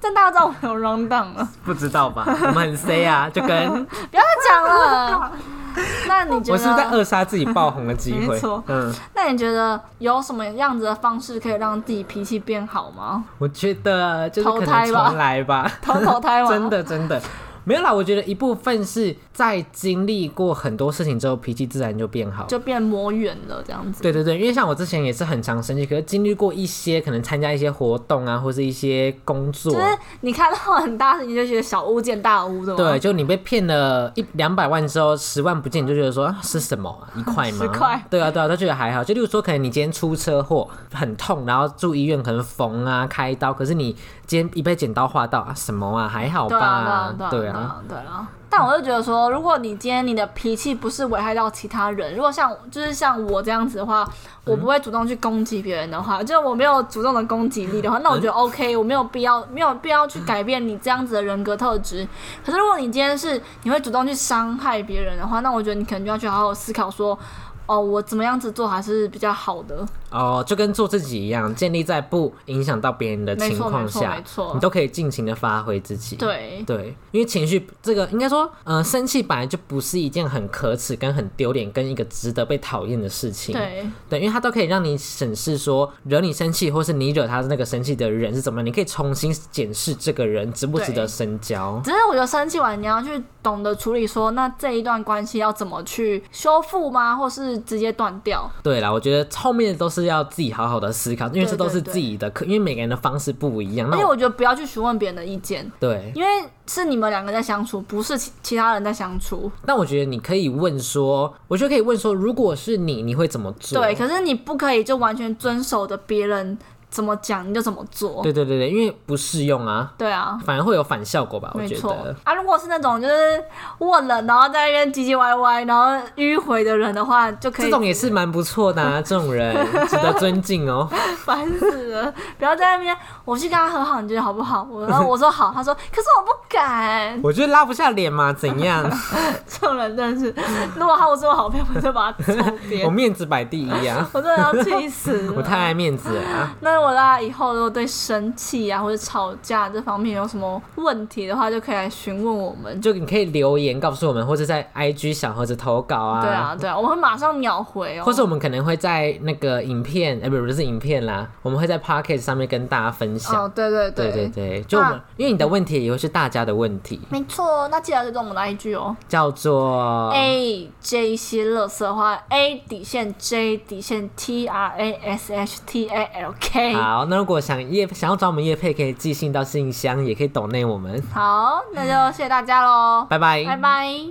Speaker 1: 但大家知道我们有 round down
Speaker 2: [laughs]
Speaker 1: 了，
Speaker 2: 不知道吧？我们很 C 啊，就
Speaker 1: [laughs]
Speaker 2: 跟
Speaker 1: 不要再讲
Speaker 2: [laughs]
Speaker 1: 了。那你觉
Speaker 2: 我是不是在
Speaker 1: 得？
Speaker 2: 扼杀自己爆红的机会
Speaker 1: [laughs] 没错。
Speaker 2: 嗯，
Speaker 1: 那你觉得有什么样子的方式可以让自己脾气变好吗？
Speaker 2: 我觉得就是可
Speaker 1: 投
Speaker 2: 能
Speaker 1: 胎吧
Speaker 2: 重来吧，
Speaker 1: 投投胎吗？
Speaker 2: 真的真的。没有啦，我觉得一部分是在经历过很多事情之后，脾气自然就变好。
Speaker 1: 就变磨远了这样子。
Speaker 2: 对对对，因为像我之前也是很常生气，可是经历过一些可能参加一些活动啊，或是一些工作
Speaker 1: 就，是你看到很大事情就觉得小巫见大巫的嘛。
Speaker 2: 对，就你被骗了一两百万之后，十万不见，你就觉得说啊是什么啊一块吗？
Speaker 1: 十块
Speaker 2: 对啊，对啊，都觉得还好。就例如说，可能你今天出车祸很痛，然后住医院可能缝啊、开刀，可是你今天一被剪刀划到啊什么啊，还好
Speaker 1: 对
Speaker 2: 吧？
Speaker 1: 啊，对啊，
Speaker 2: 对
Speaker 1: 对
Speaker 2: 啊，
Speaker 1: 啊，对啊。但我就觉得说，如果你今天你的脾气不是危害到其他人，如果像就是像我这样子的话，我不会主动去攻击别人的
Speaker 2: 嗯
Speaker 1: 话，就我没有主动的攻击力的话，那我觉得 OK，、我没有必要没有必要去改变你这样子的人格特质。可是如果你今天是你会主动去伤害别人的话，那我觉得你可能就要去好好思考说，哦，我怎么样子做还是比较好的。
Speaker 2: 哦，就跟做自己一样，建立在不影响到别人的
Speaker 1: 没
Speaker 2: 情
Speaker 1: 错
Speaker 2: 况
Speaker 1: 没错
Speaker 2: 下
Speaker 1: 没，错
Speaker 2: 你都可以尽情的发挥自己。
Speaker 1: 对，
Speaker 2: 对，因为情绪这个应该说，呃，生气本来就不是一件很可耻、跟很丢脸、跟一个值得被讨厌的事情。
Speaker 1: 对，
Speaker 2: 对，因为它都可以让你审视说，惹你生气，或是你惹他那个生气的人是怎么样，你可以重新检视这个人值不值得
Speaker 1: 对
Speaker 2: 深交。
Speaker 1: 只是我觉得生气完，你要去懂得处理说，那这一段关系要怎么去修复吗？或是直接断掉？
Speaker 2: 对啦，我觉得后面都是要自己好好的思考，因为
Speaker 1: 对
Speaker 2: 这都
Speaker 1: 对
Speaker 2: 是
Speaker 1: 对哎
Speaker 2: 自己的，可因为每个人的方式不一样。
Speaker 1: 而
Speaker 2: 那
Speaker 1: 且
Speaker 2: 我
Speaker 1: 我觉得不要去询问别人的意见，
Speaker 2: 对，
Speaker 1: 因为是你们两个在相处，不是其其他人在相处。
Speaker 2: 但我觉得你可以问说，我觉得可以问说，如果是啊你，你会怎么做？
Speaker 1: 对，可是你不可以就完全遵守着别人怎么讲你就怎么做。
Speaker 2: 对对对对，因为不适用啊，
Speaker 1: 对啊，
Speaker 2: 反而会有反效果吧？我
Speaker 1: 没
Speaker 2: 觉
Speaker 1: 错
Speaker 2: 得。
Speaker 1: 啊。如果是那种就是问了，然后在那边唧唧歪歪，然后迂回的人的话，就可
Speaker 2: 这
Speaker 1: 以
Speaker 2: 种也是蛮不错的、啊，这种人
Speaker 1: [laughs]
Speaker 2: 值得尊敬哦。
Speaker 1: 烦死了。不要在那边，我去跟他和好，你觉得好不好？我然后我说好，他说可是我不敢。
Speaker 2: 我觉得拉不下脸嘛，怎
Speaker 1: [laughs]
Speaker 2: 样？
Speaker 1: 这种人真的是，如果他我是我好朋友，我就把他抽
Speaker 2: 我
Speaker 1: 扁，
Speaker 2: 面子摆第一啊，
Speaker 1: 我真的要气死了。
Speaker 2: 我太爱面子了、啊。
Speaker 1: 那如果大家以后如果对生气啊或者吵架这方面有什么问题的话，就可以来询问我们。
Speaker 2: 就你可以留言告诉我们，或者在 IG 小盒子投稿啊，
Speaker 1: 对啊，对啊，我会马上秒回哦。
Speaker 2: 或是我们可能会在那个影片，哎、不不是影片啦，我们会在 Pocket 上面跟大家分享。
Speaker 1: 哦，对对
Speaker 2: 对对对，就我们，因为你的问题也会是大家的问题，
Speaker 1: 没错。那记得追踪我们的 IG 哦、
Speaker 2: 叫做
Speaker 1: a J C 乐色话 A 底线 J 底线 T R A S H T A L K。
Speaker 2: 好，那如果想叶想要找我们叶配，可以寄信到信箱，也可以抖内我们。
Speaker 1: 好，那就谢谢大家喽，
Speaker 2: 拜拜，
Speaker 1: 拜拜。